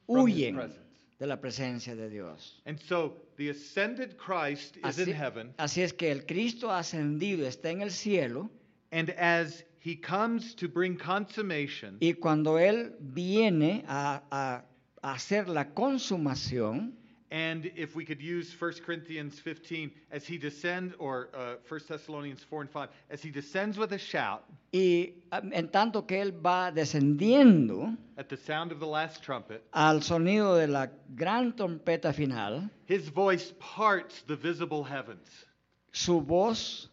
S2: From his
S1: huyen
S2: presence.
S1: de la presencia de Dios.
S2: And so the ascended Christ is in
S1: Así,
S2: heaven,
S1: así es que el Cristo ascendido está en el cielo
S2: and as he comes to bring consummation,
S1: y cuando Él viene a, a- a hacer la consumación,
S2: and if we could use 1 Corinthians 15, as he descends, or uh, 1 Thessalonians 4 and 5, as he descends with a shout
S1: y ah, en tanto que Él va descendiendo
S2: at the sound of the last trumpet,
S1: al sonido de la gran trompeta final,
S2: his voice parts the visible heavens,
S1: su voz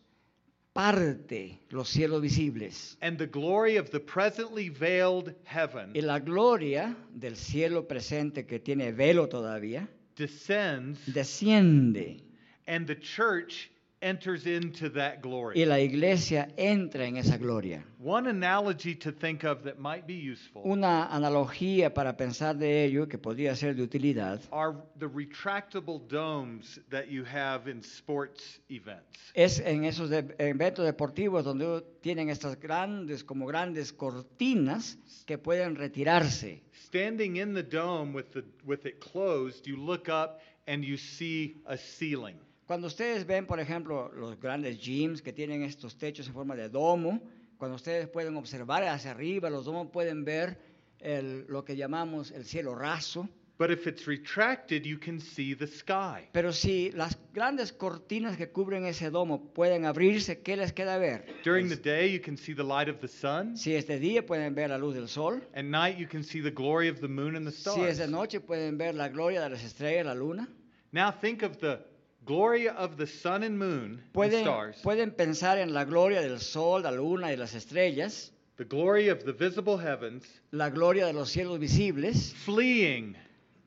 S1: parte los cielos visibles
S2: and the glory of the presently veiled
S1: y
S2: heaven
S1: la gloria del cielo presente que tiene velo todavía
S2: descends,
S1: desciende
S2: and the church enters into that glory.
S1: y la iglesia entra en esa gloria.
S2: One analogy to think of that might be useful
S1: Una analogía para pensar de ello que podría ser de utilidad
S2: are the retractable domes that you have in sports events.
S1: es en esos de- eventos deportivos donde tienen estas grandes, como grandes cortinas que pueden retirarse.
S2: Standing in the dome with the with it closed, you look up and you see a ceiling.
S1: Cuando ustedes ven, por ejemplo, los grandes gyms que tienen estos techos en forma de domo, cuando ustedes pueden observar hacia arriba, los domos pueden ver el- lo que llamamos el cielo raso.
S2: But if it's retracted, you can see the sky.
S1: Pero si las grandes cortinas que cubren ese domo pueden abrirse, ¿qué les queda ver? Pues,
S2: During the day, you can see the light of the sun.
S1: Si es de día, pueden ver la luz del sol.
S2: At night, you can see the glory of the moon and the
S1: Si es
S2: stars.
S1: de noche, pueden ver la gloria de las estrellas, la luna.
S2: Now think of the glory of the sun and moon and
S1: Pueden,
S2: stars,
S1: pueden pensar en la gloria del sol, la luna y las estrellas,
S2: the glory of the visible heavens,
S1: la gloria de los cielos visibles,
S2: fleeing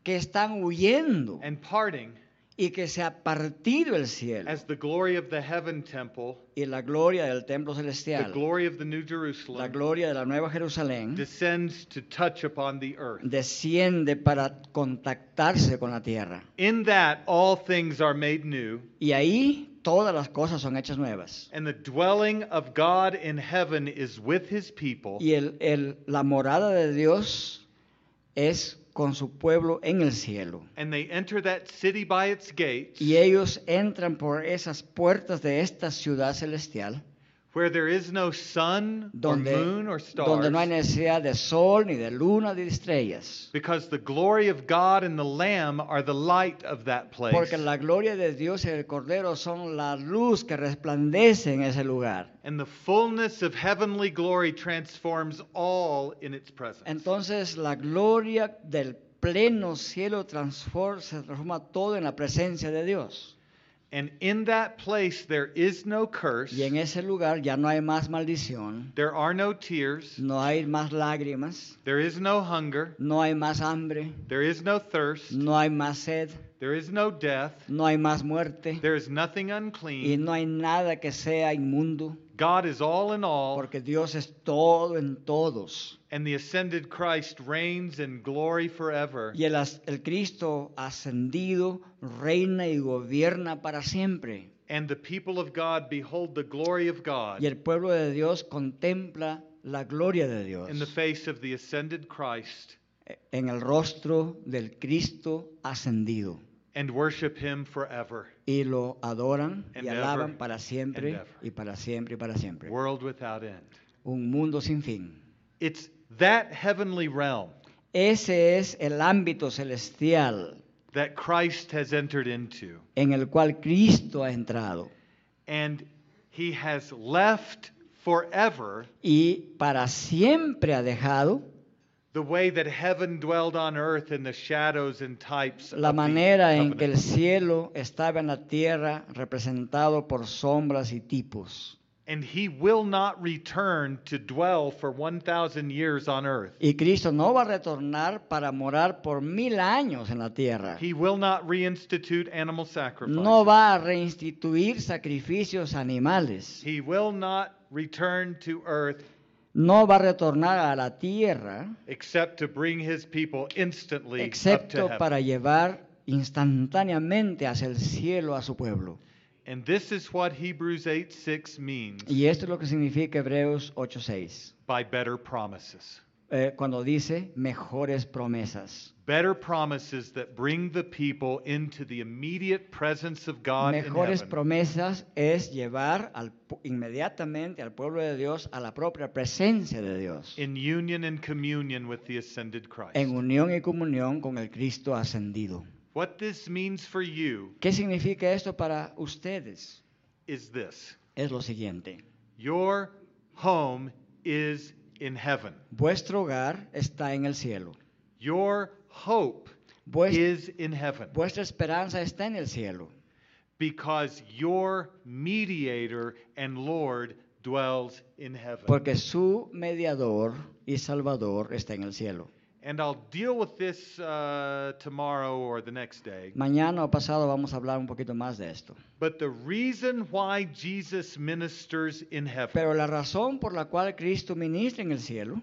S1: que están huyendo
S2: and parting
S1: y que se ha partido el cielo
S2: as the glory of the heaven temple,
S1: y la gloria del templo
S2: the
S1: celestial,
S2: glory of the New
S1: la
S2: Jerusalem,
S1: gloria ¿Mm? de la Nueva Jerusalén,
S2: descends to touch upon the earth.
S1: desciende para contactarse con la tierra.
S2: In that, all things are made new,
S1: Y ahí todas las cosas son hechas nuevas.
S2: and the dwelling of God in heaven is with his people,
S1: Y el- el- la morada de Dios es con su pueblo en el cielo.
S2: and they enter that city by its gates,
S1: Y ellos entran por esas puertas de esta ciudad celestial,
S2: where there is no sun or
S1: donde,
S2: moon or
S1: donde
S2: stars,
S1: no hay necesidad de sol, ni de luna, ni de estrellas.
S2: because the glory of God and the Lamb are the light of that place.
S1: Porque la gloria de Dios y el Cordero son la luz que resplandece en ese lugar.
S2: And the fullness of heavenly glory transforms all in its presence.
S1: Entonces la gloria del pleno cielo transfor- se transforma todo en la presencia de Dios.
S2: and in that place there is no curse,
S1: Y en e- ese lugar ya no hay más maldición,
S2: there are no tears,
S1: no hay más lágrimas,
S2: there is no hunger,
S1: no hay más hambre,
S2: there is no thirst,
S1: no hay más sed,
S2: there is no death,
S1: no hay más muerte
S2: there is nothing
S1: y
S2: unclean.
S1: no hay nada que sea inmundo,
S2: God is all in all,
S1: porque Dios es todo en todos.
S2: and the ascended Christ reigns in glory forever.
S1: Y el, as- el Cristo ascendido reina y gobierna para siempre.
S2: And the people of God behold the glory of God
S1: Y el pueblo de Dios contempla la gloria de Dios
S2: in the face of the ascended Christ
S1: en el rostro del Cristo ascendido.
S2: and worship him forever.
S1: y lo adoran
S2: And
S1: y alaban
S2: ever,
S1: para
S2: and
S1: siempre
S2: ever.
S1: y para siempre y para siempre.
S2: world without end.
S1: Un mundo sin fin.
S2: It's that heavenly realm
S1: Ese es el ámbito celestial
S2: that Christ has entered into.
S1: en el cual Cristo ha entrado
S2: And he has left forever
S1: y para siempre ha dejado
S2: the way that heaven dwelled on earth in the shadows and types
S1: la
S2: of the
S1: manera en que el
S2: covenant.
S1: cielo estaba en la tierra representado por sombras y tipos.
S2: and he will not return to dwell for 1,000 years on earth.
S1: Y Cristo no va a retornar para morar por mil años en la tierra.
S2: He will not reinstitute animal sacrifice.
S1: No va a reinstituir sacrificios animales.
S2: He will not return to earth
S1: No va a retornar a la tierra
S2: except to bring his people instantly up to
S1: excepto
S2: heaven.
S1: para llevar instantáneamente hacia el cielo a su pueblo.
S2: And this is what Hebrews 8 6 means
S1: Y esto es lo que significa Hebreos 8:6,
S2: by better promises.
S1: eh, cuando dice mejores promesas.
S2: Better promises that bring the people into the immediate presence of God in
S1: mejores
S2: heaven.
S1: promesas es llevar al pu- inmediatamente al pueblo de Dios a la propia presencia de Dios,
S2: in union and communion with the ascended Christ.
S1: en unión y comunión con el Cristo ascendido.
S2: what this means for you
S1: ¿Qué significa esto para ustedes?
S2: is this
S1: Es lo siguiente.
S2: your home is in heaven,
S1: Vuestro hogar está en el cielo.
S2: your hope
S1: Vuest-
S2: is in heaven
S1: Vuestra esperanza está en el cielo,
S2: because your mediator and Lord dwells in heaven.
S1: porque su mediador y salvador está en el cielo.
S2: and I'll deal with this uh, tomorrow or the next day.
S1: Mañana o pasado vamos a hablar un poquito más de esto.
S2: But the reason why Jesus ministers in heaven
S1: Pero la razón por la cual Cristo ministra en el cielo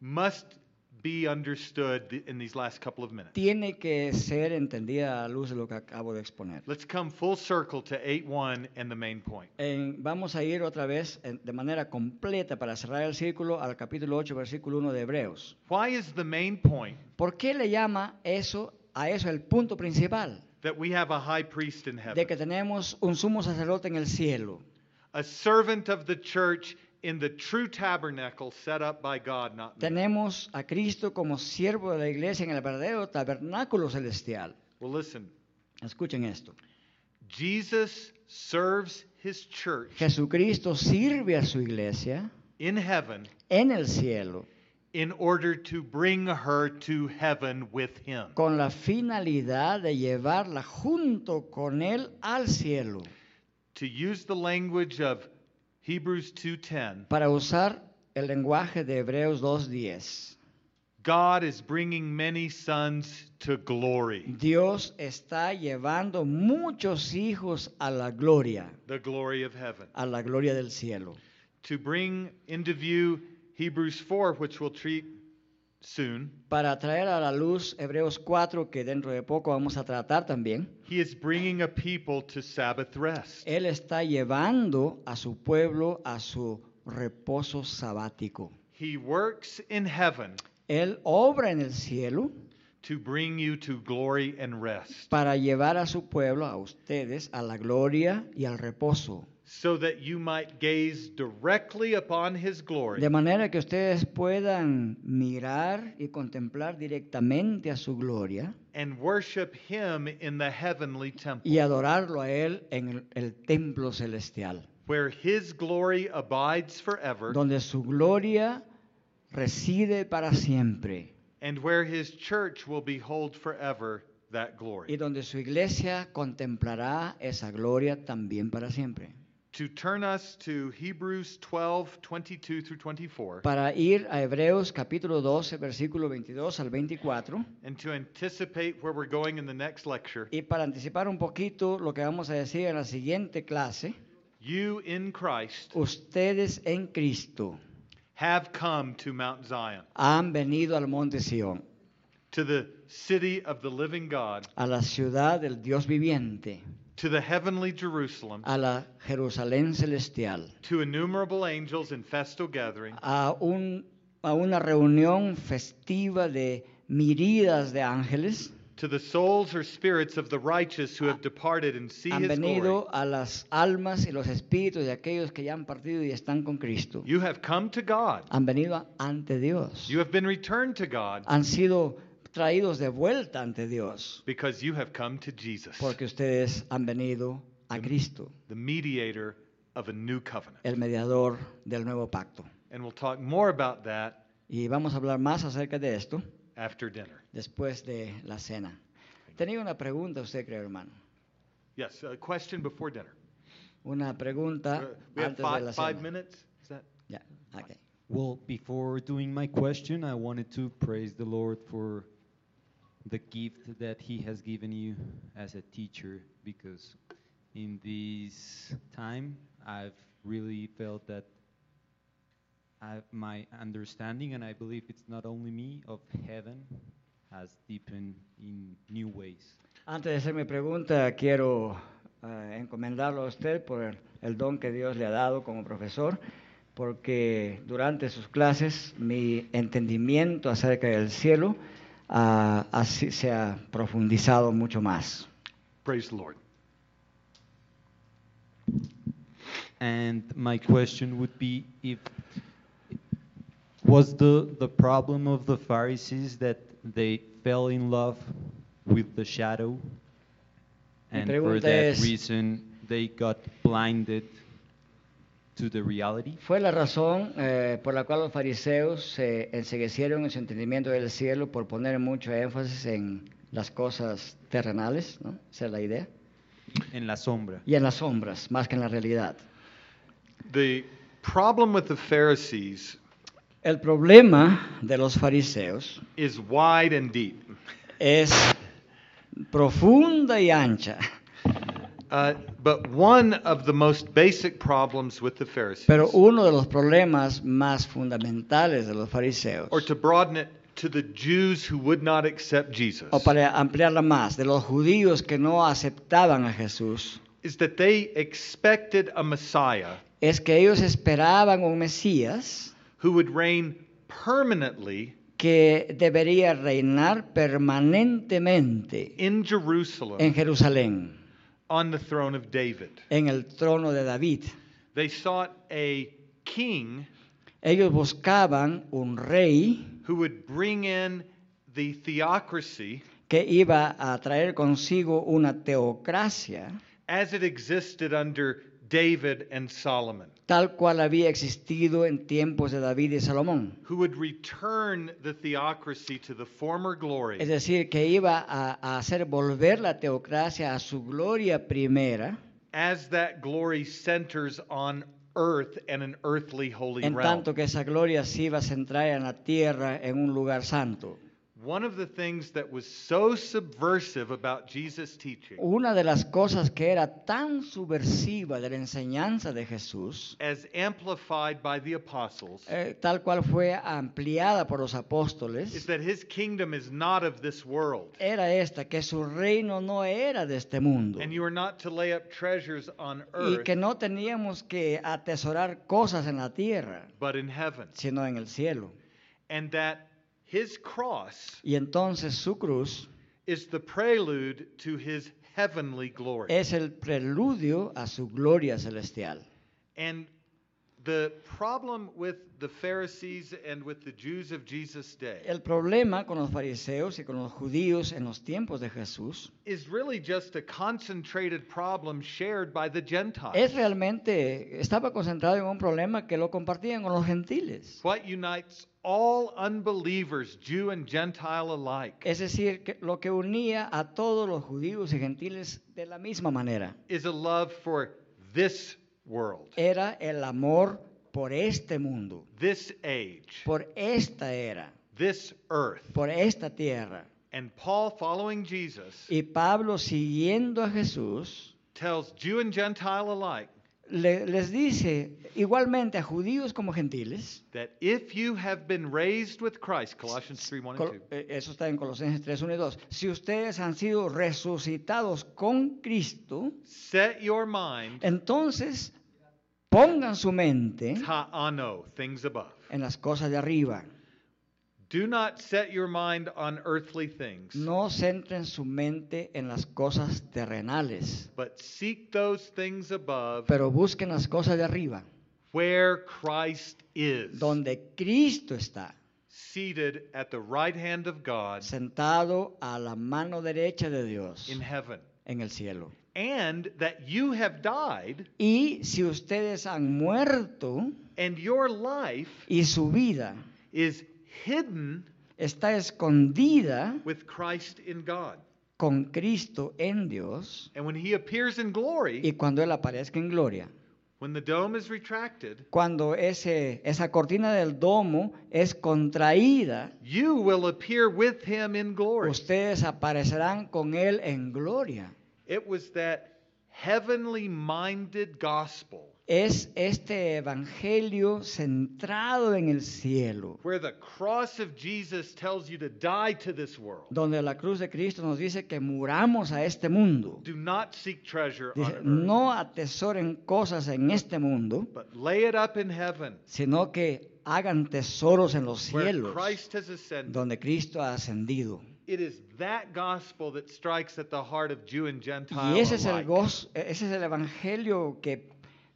S2: must be understood th- in these last couple of minutes.
S1: tiene que ser entendida a la luz de lo que acabo de exponer.
S2: Let's come full circle to 8 1 and the main point.
S1: En- vamos a ir otra vez en- de manera completa para cerrar el círculo al capítulo 8, versículo 1 de Hebreos.
S2: Why is the main point
S1: ¿Por qué le llama eso a eso el punto principal?
S2: that we have a high priest in
S1: De que
S2: heaven,
S1: tenemos un sumo sacerdote en el cielo,
S2: a servant of the church in the true tabernacle set up by God, not man?
S1: Tenemos a Cristo como siervo de la iglesia en el verdadero tabernáculo celestial.
S2: Well, listen,
S1: Escuchen esto.
S2: Jesus serves his church
S1: Jesucristo sirve a su iglesia
S2: in heaven
S1: en el cielo
S2: in order to bring her to heaven with him.
S1: con la finalidad de llevarla junto con él al cielo.
S2: To use the language of Hebrews 2:10,
S1: Para usar el lenguaje de Hebreos 2.10,
S2: God is bringing many sons to glory,
S1: Dios está llevando muchos hijos a la gloria,
S2: the glory of heaven.
S1: a la gloria del cielo.
S2: to bring into view Hebrews 4, which we'll treat soon,
S1: Para traer a la luz Hebreos 4, que dentro de poco vamos a tratar también.
S2: he is bringing a people to Sabbath rest.
S1: Él está llevando a su pueblo a su reposo sabático.
S2: He works in heaven
S1: Él obra en el cielo
S2: to bring you to glory and rest,
S1: para llevar a su pueblo, a ustedes, a la gloria y al reposo.
S2: so that you might gaze directly upon his
S1: De
S2: glory,
S1: manera que ustedes puedan mirar y contemplar directamente a su gloria
S2: and worship him in the heavenly temple,
S1: y adorarlo a Él en el, el templo celestial,
S2: where his glory abides forever,
S1: donde su gloria reside para siempre
S2: and where his church will behold forever that
S1: y
S2: glory.
S1: donde su iglesia contemplará esa gloria también para siempre.
S2: To turn us to Hebrews 12, 22 through 24.
S1: para ir a Hebreos capítulo 12, versículo 22 al 24,
S2: and to anticipate where we're going in the next lecture,
S1: y para anticipar un poquito lo que vamos a decir en la siguiente clase,
S2: you in Christ
S1: ustedes en Cristo
S2: have come to Mount Zion,
S1: han venido al monte Sión,
S2: to the city of the living God,
S1: a la ciudad del Dios viviente,
S2: to the heavenly Jerusalem,
S1: a la Jerusalén celestial,
S2: to innumerable angels in festal gathering,
S1: a, un- a una reunión festiva de miridas de ángeles.
S2: to the souls or spirits of the righteous who have departed and see
S1: Han
S2: his glory.
S1: venido a las almas y los espíritus de aquellos que ya han partido y están con Cristo.
S2: You have come to God.
S1: han venido ante Dios.
S2: You have been returned to God
S1: Han sido traídos de vuelta ante Dios
S2: because you have come to Jesus,
S1: porque ustedes han venido
S2: Em,
S1: a Cristo,
S2: the mediator of a new covenant.
S1: el mediador del nuevo pacto.
S2: And we'll talk more about that
S1: Y vamos a hablar más acerca de esto
S2: after dinner.
S1: después de la cena. Tenía una pregunta usted, creo, hermano.
S2: Yes, a question before dinner. Uh,
S1: una pregunta
S2: We have
S1: Ah, antes de
S2: five,
S1: la
S2: five
S1: cena.
S2: minutes? Is that?
S1: Ya, ok.
S4: Well, before doing my question, I wanted to praise the Lord for the gift that He has given you as a teacher because in this time I've really felt that I, my understanding, and I believe it's not only me, of heaven has deepened in new ways.
S1: Antes de hacer mi pregunta, quiero eh, encomendarlo a usted por el, el don que Dios le ha dado como profesor, porque durante sus clases mi entendimiento acerca del cielo ah, así se ha profundizado mucho más.
S2: Praise the Lord.
S4: And my question would be if was the the problem of the Pharisees that they fell in love with the shadow
S1: Mi
S4: and for
S1: pregunta
S4: that
S1: es-
S4: reason they got blinded to the reality?
S1: Fue la razón eh, por la cual los fariseos se enseguecieron en su entendimiento del cielo por poner mucho énfasis en las cosas terrenales, ¿no? Esa es la idea,
S4: En la sombra.
S1: y en las sombras más que en la realidad.
S2: The problem with the Pharisees
S1: El problema de los fariseos
S2: is wide and deep.
S1: es profunda y ancha,
S2: Uh, but one of the most basic problems with the Pharisees,
S1: pero uno de los problemas más fundamentales de los fariseos,
S2: or to broaden it to the Jews who would not accept Jesus,
S1: o para ampliarla más, de los judíos que no aceptaban a Jesús,
S2: is that they expected a Messiah
S1: es que ellos esperaban un Mesías
S2: who would reign permanently
S1: que debería reinar permanentemente
S2: in Jerusalem
S1: en Jerusalén,
S2: on the throne of David.
S1: en el trono de David.
S2: They sought a king
S1: Ellos buscaban un rey
S2: who would bring in the theocracy
S1: que iba a traer consigo una teocracia
S2: as it existed under David and Solomon,
S1: tal cual había existido en tiempos de David y Salomón.
S2: who would return the theocracy to the former glory.
S1: Es decir, que iba a, a hacer volver la teocracia a su gloria primera,
S2: as that glory centers on earth and an earthly holy
S1: en
S2: realm.
S1: tanto que esa gloria se iba a centrar en la tierra, en un lugar santo.
S2: One of the things that was so subversive about Jesus' teaching,
S1: Una de las cosas que era tan subversiva de la enseñanza de Jesús,
S2: as amplified by the apostles,
S1: eh, tal cual fue ampliada por los
S2: is
S1: apóstoles,
S2: that his kingdom is not of this world.
S1: era esta, que su reino no era de este mundo.
S2: And you are not to lay up treasures on
S1: y
S2: earth,
S1: que no teníamos que atesorar cosas en la tierra,
S2: but in heaven.
S1: sino en el cielo.
S2: And that his cross
S1: Y entonces su cruz
S2: is the prelude to his heavenly glory.
S1: es el preludio a su gloria celestial.
S2: And the problem with the Pharisees and with the Jews of Jesus' day
S1: El problema con los fariseos y con los judíos en los tiempos de Jesús
S2: is really just a concentrated problem shared by the Gentiles.
S1: es realmente, estaba concentrado en un problema que lo compartían con los gentiles.
S2: what unites all unbelievers, Jew and Gentile alike,
S1: Es decir, que lo que unía a todos los judíos y gentiles de la misma manera
S2: is a love for this world,
S1: era el amor por este mundo,
S2: this age,
S1: por esta era.
S2: this earth.
S1: por esta tierra.
S2: And Paul, following Jesus,
S1: Y Pablo, siguiendo a Jesús,
S2: tells Jew and Gentile alike
S1: le- les dice igualmente a judíos como gentiles,
S2: that if you have been raised with Christ, Colossians 3 1 and
S1: Col-
S2: 2,
S1: eh, eso está en Colosenses 3, 1 y 2, si ustedes han sido resucitados con Cristo,
S2: set your mind
S1: entonces pongan su mente
S2: ta'ano, things above.
S1: en las cosas de arriba.
S2: Do not set your mind on earthly things.
S1: No centren su mente en las cosas terrenales,
S2: But seek those things above
S1: pero busquen las cosas de arriba,
S2: where Christ is,
S1: donde Cristo está.
S2: seated at the right hand of God
S1: sentado a la mano derecha de Dios
S2: in heaven.
S1: en el cielo.
S2: And that you have died,
S1: Y si ustedes han muerto
S2: and your life
S1: y su vida
S2: is hidden
S1: está escondida
S2: with Christ in God.
S1: con Cristo en Dios
S2: And when he appears in glory,
S1: y cuando Él aparezca en gloria.
S2: when the dome is retracted,
S1: Cuando ese, esa cortina del domo es contraída,
S2: you will appear with him in glory.
S1: ustedes aparecerán con Él en gloria.
S2: It was that heavenly minded gospel
S1: Es este evangelio centrado en el cielo,
S2: where the cross of Jesus tells you to die to this world.
S1: donde la cruz de Cristo nos dice que muramos a este mundo.
S2: Do not seek treasure on
S1: Dice,
S2: earth,
S1: no atesoren cosas en este mundo,
S2: but lay it up in heaven,
S1: sino que hagan tesoros en los
S2: where
S1: cielos,
S2: Christ has ascended.
S1: donde Cristo ha ascendido.
S2: It is that gospel that strikes at the heart of Jew and Gentile.
S1: Y ese es el
S2: alike.
S1: gozo, e-, ese es el evangelio que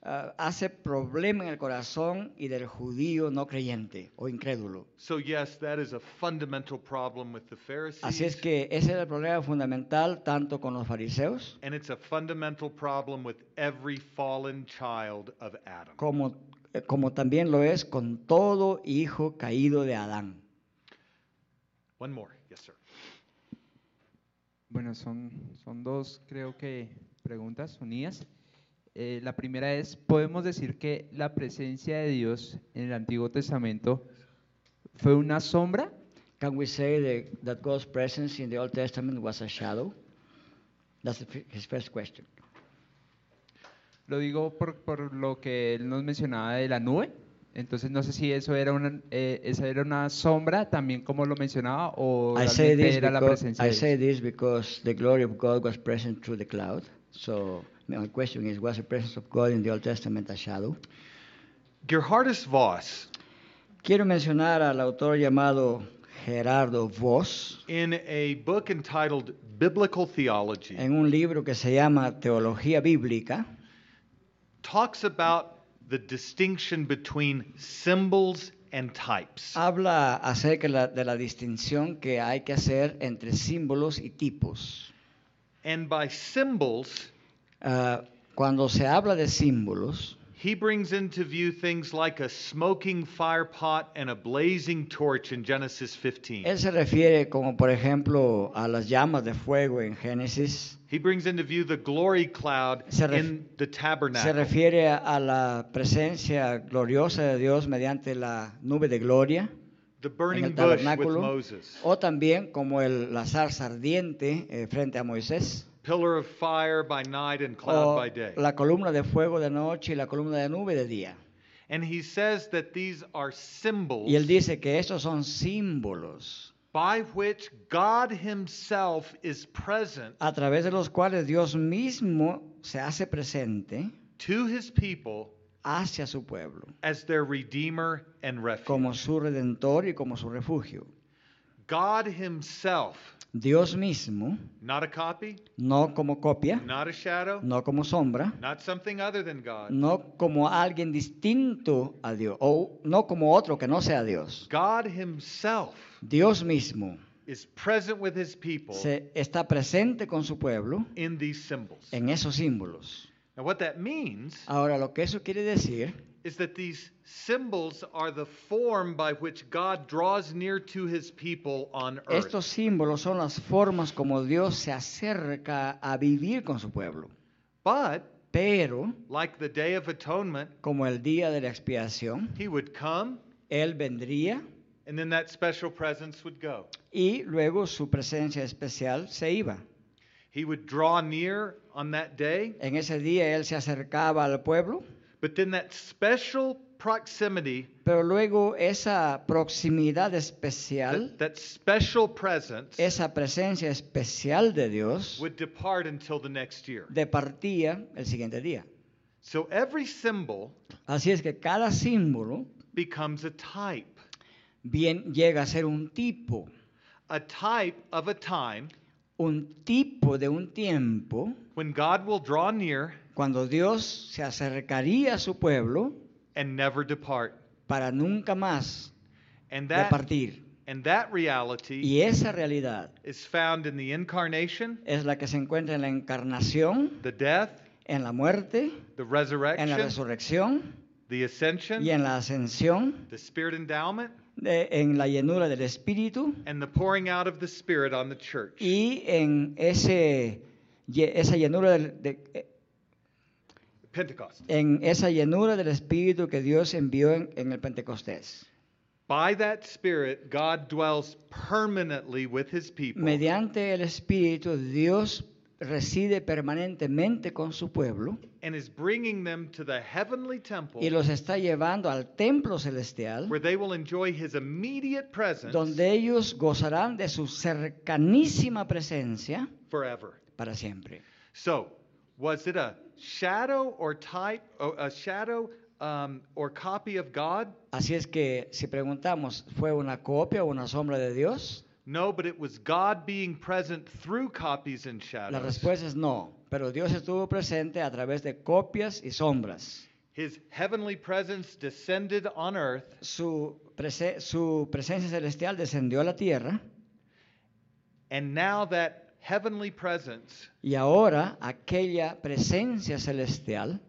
S1: ah, hace problema en el corazón y del judío no creyente o incrédulo.
S2: So yes, that is a fundamental problem with the Pharisees.
S1: Así es que ese es el problema fundamental tanto con los fariseos
S2: and it's a fundamental problem with every fallen child of Adam.
S1: como, eh, como también lo es con todo hijo caído de Adán.
S2: One more. Yes, sir.
S5: Bueno, son, son dos, creo que, preguntas unidas. Eh, la primera es, ¿podemos decir que la presencia de Dios en el Antiguo Testamento fue una sombra?
S1: Can we say that, that God's presence in the Old Testament was a shadow? That's the fir- his first question.
S5: Lo digo por, por lo que él nos mencionaba de la nube. Entonces no sé si eso era una, eh, esa era una sombra también como lo mencionaba o
S1: I say
S5: realmente
S1: this
S5: era la
S1: because,
S5: presencia
S1: I
S5: de
S1: say
S5: Dios.
S1: this because the glory of God was present through the cloud. So my question is, was the presence of God in the Old Testament a shadow?
S2: Gerhardus Voss,
S1: Quiero mencionar al autor llamado Gerardo Voss
S2: in a book entitled Biblical Theology,
S1: en un libro que se llama Teología Bíblica.
S2: talks about the distinction between symbols and types.
S1: Uh, Habla acerca de la, de la distinción que hay que hacer entre símbolos y tipos.
S2: and by symbols,
S1: Ah, cuando se habla de símbolos,
S2: He brings into view things like a smoking fire pot and a blazing torch in Genesis 15.
S1: él se refiere como por ejemplo a las llamas de fuego en Génesis,
S2: he brings into view the glory cloud
S1: Se ref-
S2: in the
S1: se
S2: tabernacle.
S1: refiere a la presencia gloriosa de Dios mediante la nube de gloria
S2: the
S1: en
S2: burning
S1: el
S2: bush with
S1: tabernáculo,
S2: Moses.
S1: o también como el, la zarza ardiente eh, frente a Moisés,
S2: Pillar of fire by night and cloud
S1: o
S2: by day.
S1: la columna de fuego de noche y la columna de nube de día.
S2: and he says that these are symbols
S1: Y él dice que estos son símbolos
S2: by which God himself is present
S1: a través de los cuales Dios mismo se hace presente
S2: to his people
S1: hacia su pueblo,
S2: as their redeemer and refuge.
S1: como su redentor y como su refugio.
S2: God himself,
S1: Dios mismo,
S2: not a copy,
S1: no como copia,
S2: not a shadow,
S1: no como sombra,
S2: Not something other than God.
S1: no como alguien distinto a Dios, o no como otro que no sea Dios.
S2: God Himself
S1: Dios mismo
S2: is present with His people
S1: se está presente con su pueblo
S2: in these symbols.
S1: en Ah. esos símbolos.
S2: Now, what that means
S1: Ahora, lo que eso quiere decir
S2: is that these symbols are the form by which God draws near to His people on earth.
S1: Estos símbolos son las formas como Dios se acerca a vivir con su pueblo.
S2: But,
S1: Pero,
S2: like the Day of Atonement,
S1: como el día de la expiación,
S2: He would come
S1: Él vendría
S2: and then that special presence would go.
S1: y luego su presencia especial se iba.
S2: He would draw near on that day,
S1: En ese día Él se acercaba al pueblo,
S2: but then that special proximity,
S1: pero luego esa proximidad especial,
S2: that, that special presence,
S1: esa presencia especial de Dios,
S2: would depart until the next year.
S1: departía el siguiente día.
S2: So every symbol
S1: Así es que cada símbolo
S2: becomes a type,
S1: bien llega a ser un tipo
S2: a type of a time
S1: un tipo de un tiempo
S2: when God will draw near
S1: cuando Dios se acercaría a su pueblo
S2: and never depart.
S1: para nunca más
S2: And that
S1: departir.
S2: and that reality
S1: Y esa realidad
S2: is found in the incarnation,
S1: es la que se encuentra en la encarnación,
S2: the death,
S1: en la muerte,
S2: the
S1: en la
S2: resurrection,
S1: resurrección
S2: the ascension,
S1: y en la ascensión,
S2: the spirit endowment,
S1: de- en la llenura del Espíritu
S2: and the pouring out of the Spirit on the church.
S1: y en ese, lle- esa llenura del, de-
S2: Pentecost.
S1: en esa llenura del Espíritu que Dios envió en, en el Pentecostés.
S2: By that Spirit, God dwells permanently with his people.
S1: Mediante el Espíritu, Dios reside permanentemente con su pueblo
S2: and is bringing them to the heavenly temple
S1: y los está llevando al templo celestial,
S2: where they will enjoy his immediate presence
S1: donde ellos gozarán de su cercanísima presencia
S2: forever.
S1: para siempre.
S2: So, was it a shadow or type, or a shadow um, or copy of God?
S1: Así es que si preguntamos, ¿fue una copia o una sombra de Dios?
S2: No, but it was God being present through copies and
S1: La
S2: shadows.
S1: respuesta es no, pero Dios estuvo presente a través de copias y sombras.
S2: His heavenly presence descended on earth,
S1: Su, prese- su presencia celestial descendió a la tierra
S2: and now that heavenly presence
S1: y ahora aquella presencia celestial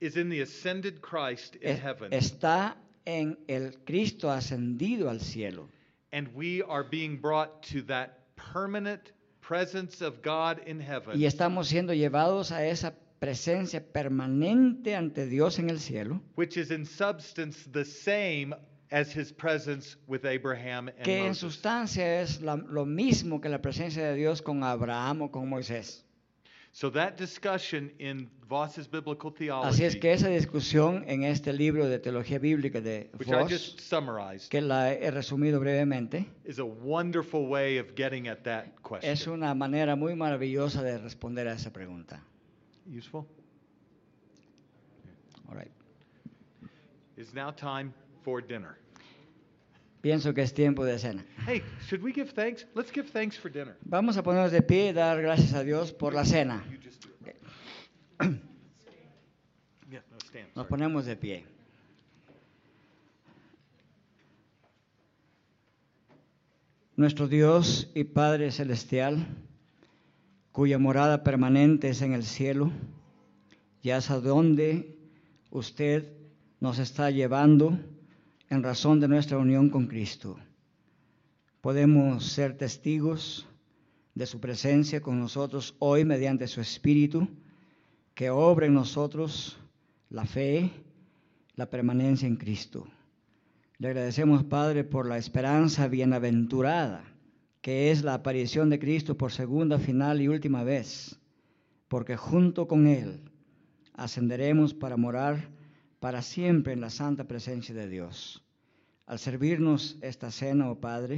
S2: is in the ascended Christ in
S1: es-
S2: heaven,
S1: está en el Cristo ascendido al cielo.
S2: and we are being brought to that permanent presence of God in heaven.
S1: Y estamos siendo llevados a esa presencia permanente ante Dios en el cielo,
S2: which is in substance the same as his presence with Abraham and
S1: que en
S2: Moses.
S1: sustancia es la- lo mismo que la presencia de Dios con Abraham o con Moisés.
S2: So that discussion in Voss's biblical theology,
S1: Así es que esa discusión en este libro de teología bíblica de
S2: which I
S1: Voss,
S2: just summarized,
S1: que la he resumido brevemente,
S2: is a wonderful way of getting at that question.
S1: es una manera muy maravillosa de responder a esa pregunta.
S2: useful?
S1: All right.
S2: It's now time for dinner.
S1: Pienso que es tiempo de cena.
S2: Hey, should we give thanks? Let's give thanks for dinner.
S1: Vamos a ponernos de pie y dar gracias a Dios por la cena.
S2: You just do it. yeah, no, stand.
S1: Nos
S2: sorry.
S1: ponemos de pie. Nuestro Dios y Padre Celestial, cuya morada permanente es en el cielo, ya es a donde usted nos está llevando en razón de nuestra unión con Cristo. Podemos ser testigos de su presencia con nosotros hoy mediante su Espíritu, que obra en nosotros la fe, la permanencia en Cristo. Le agradecemos, Padre, por la esperanza bienaventurada, que es la aparición de Cristo por segunda, final y última vez, porque junto con Él ascenderemos para morar para siempre en la santa presencia de Dios. Al servirnos esta cena, oh Padre,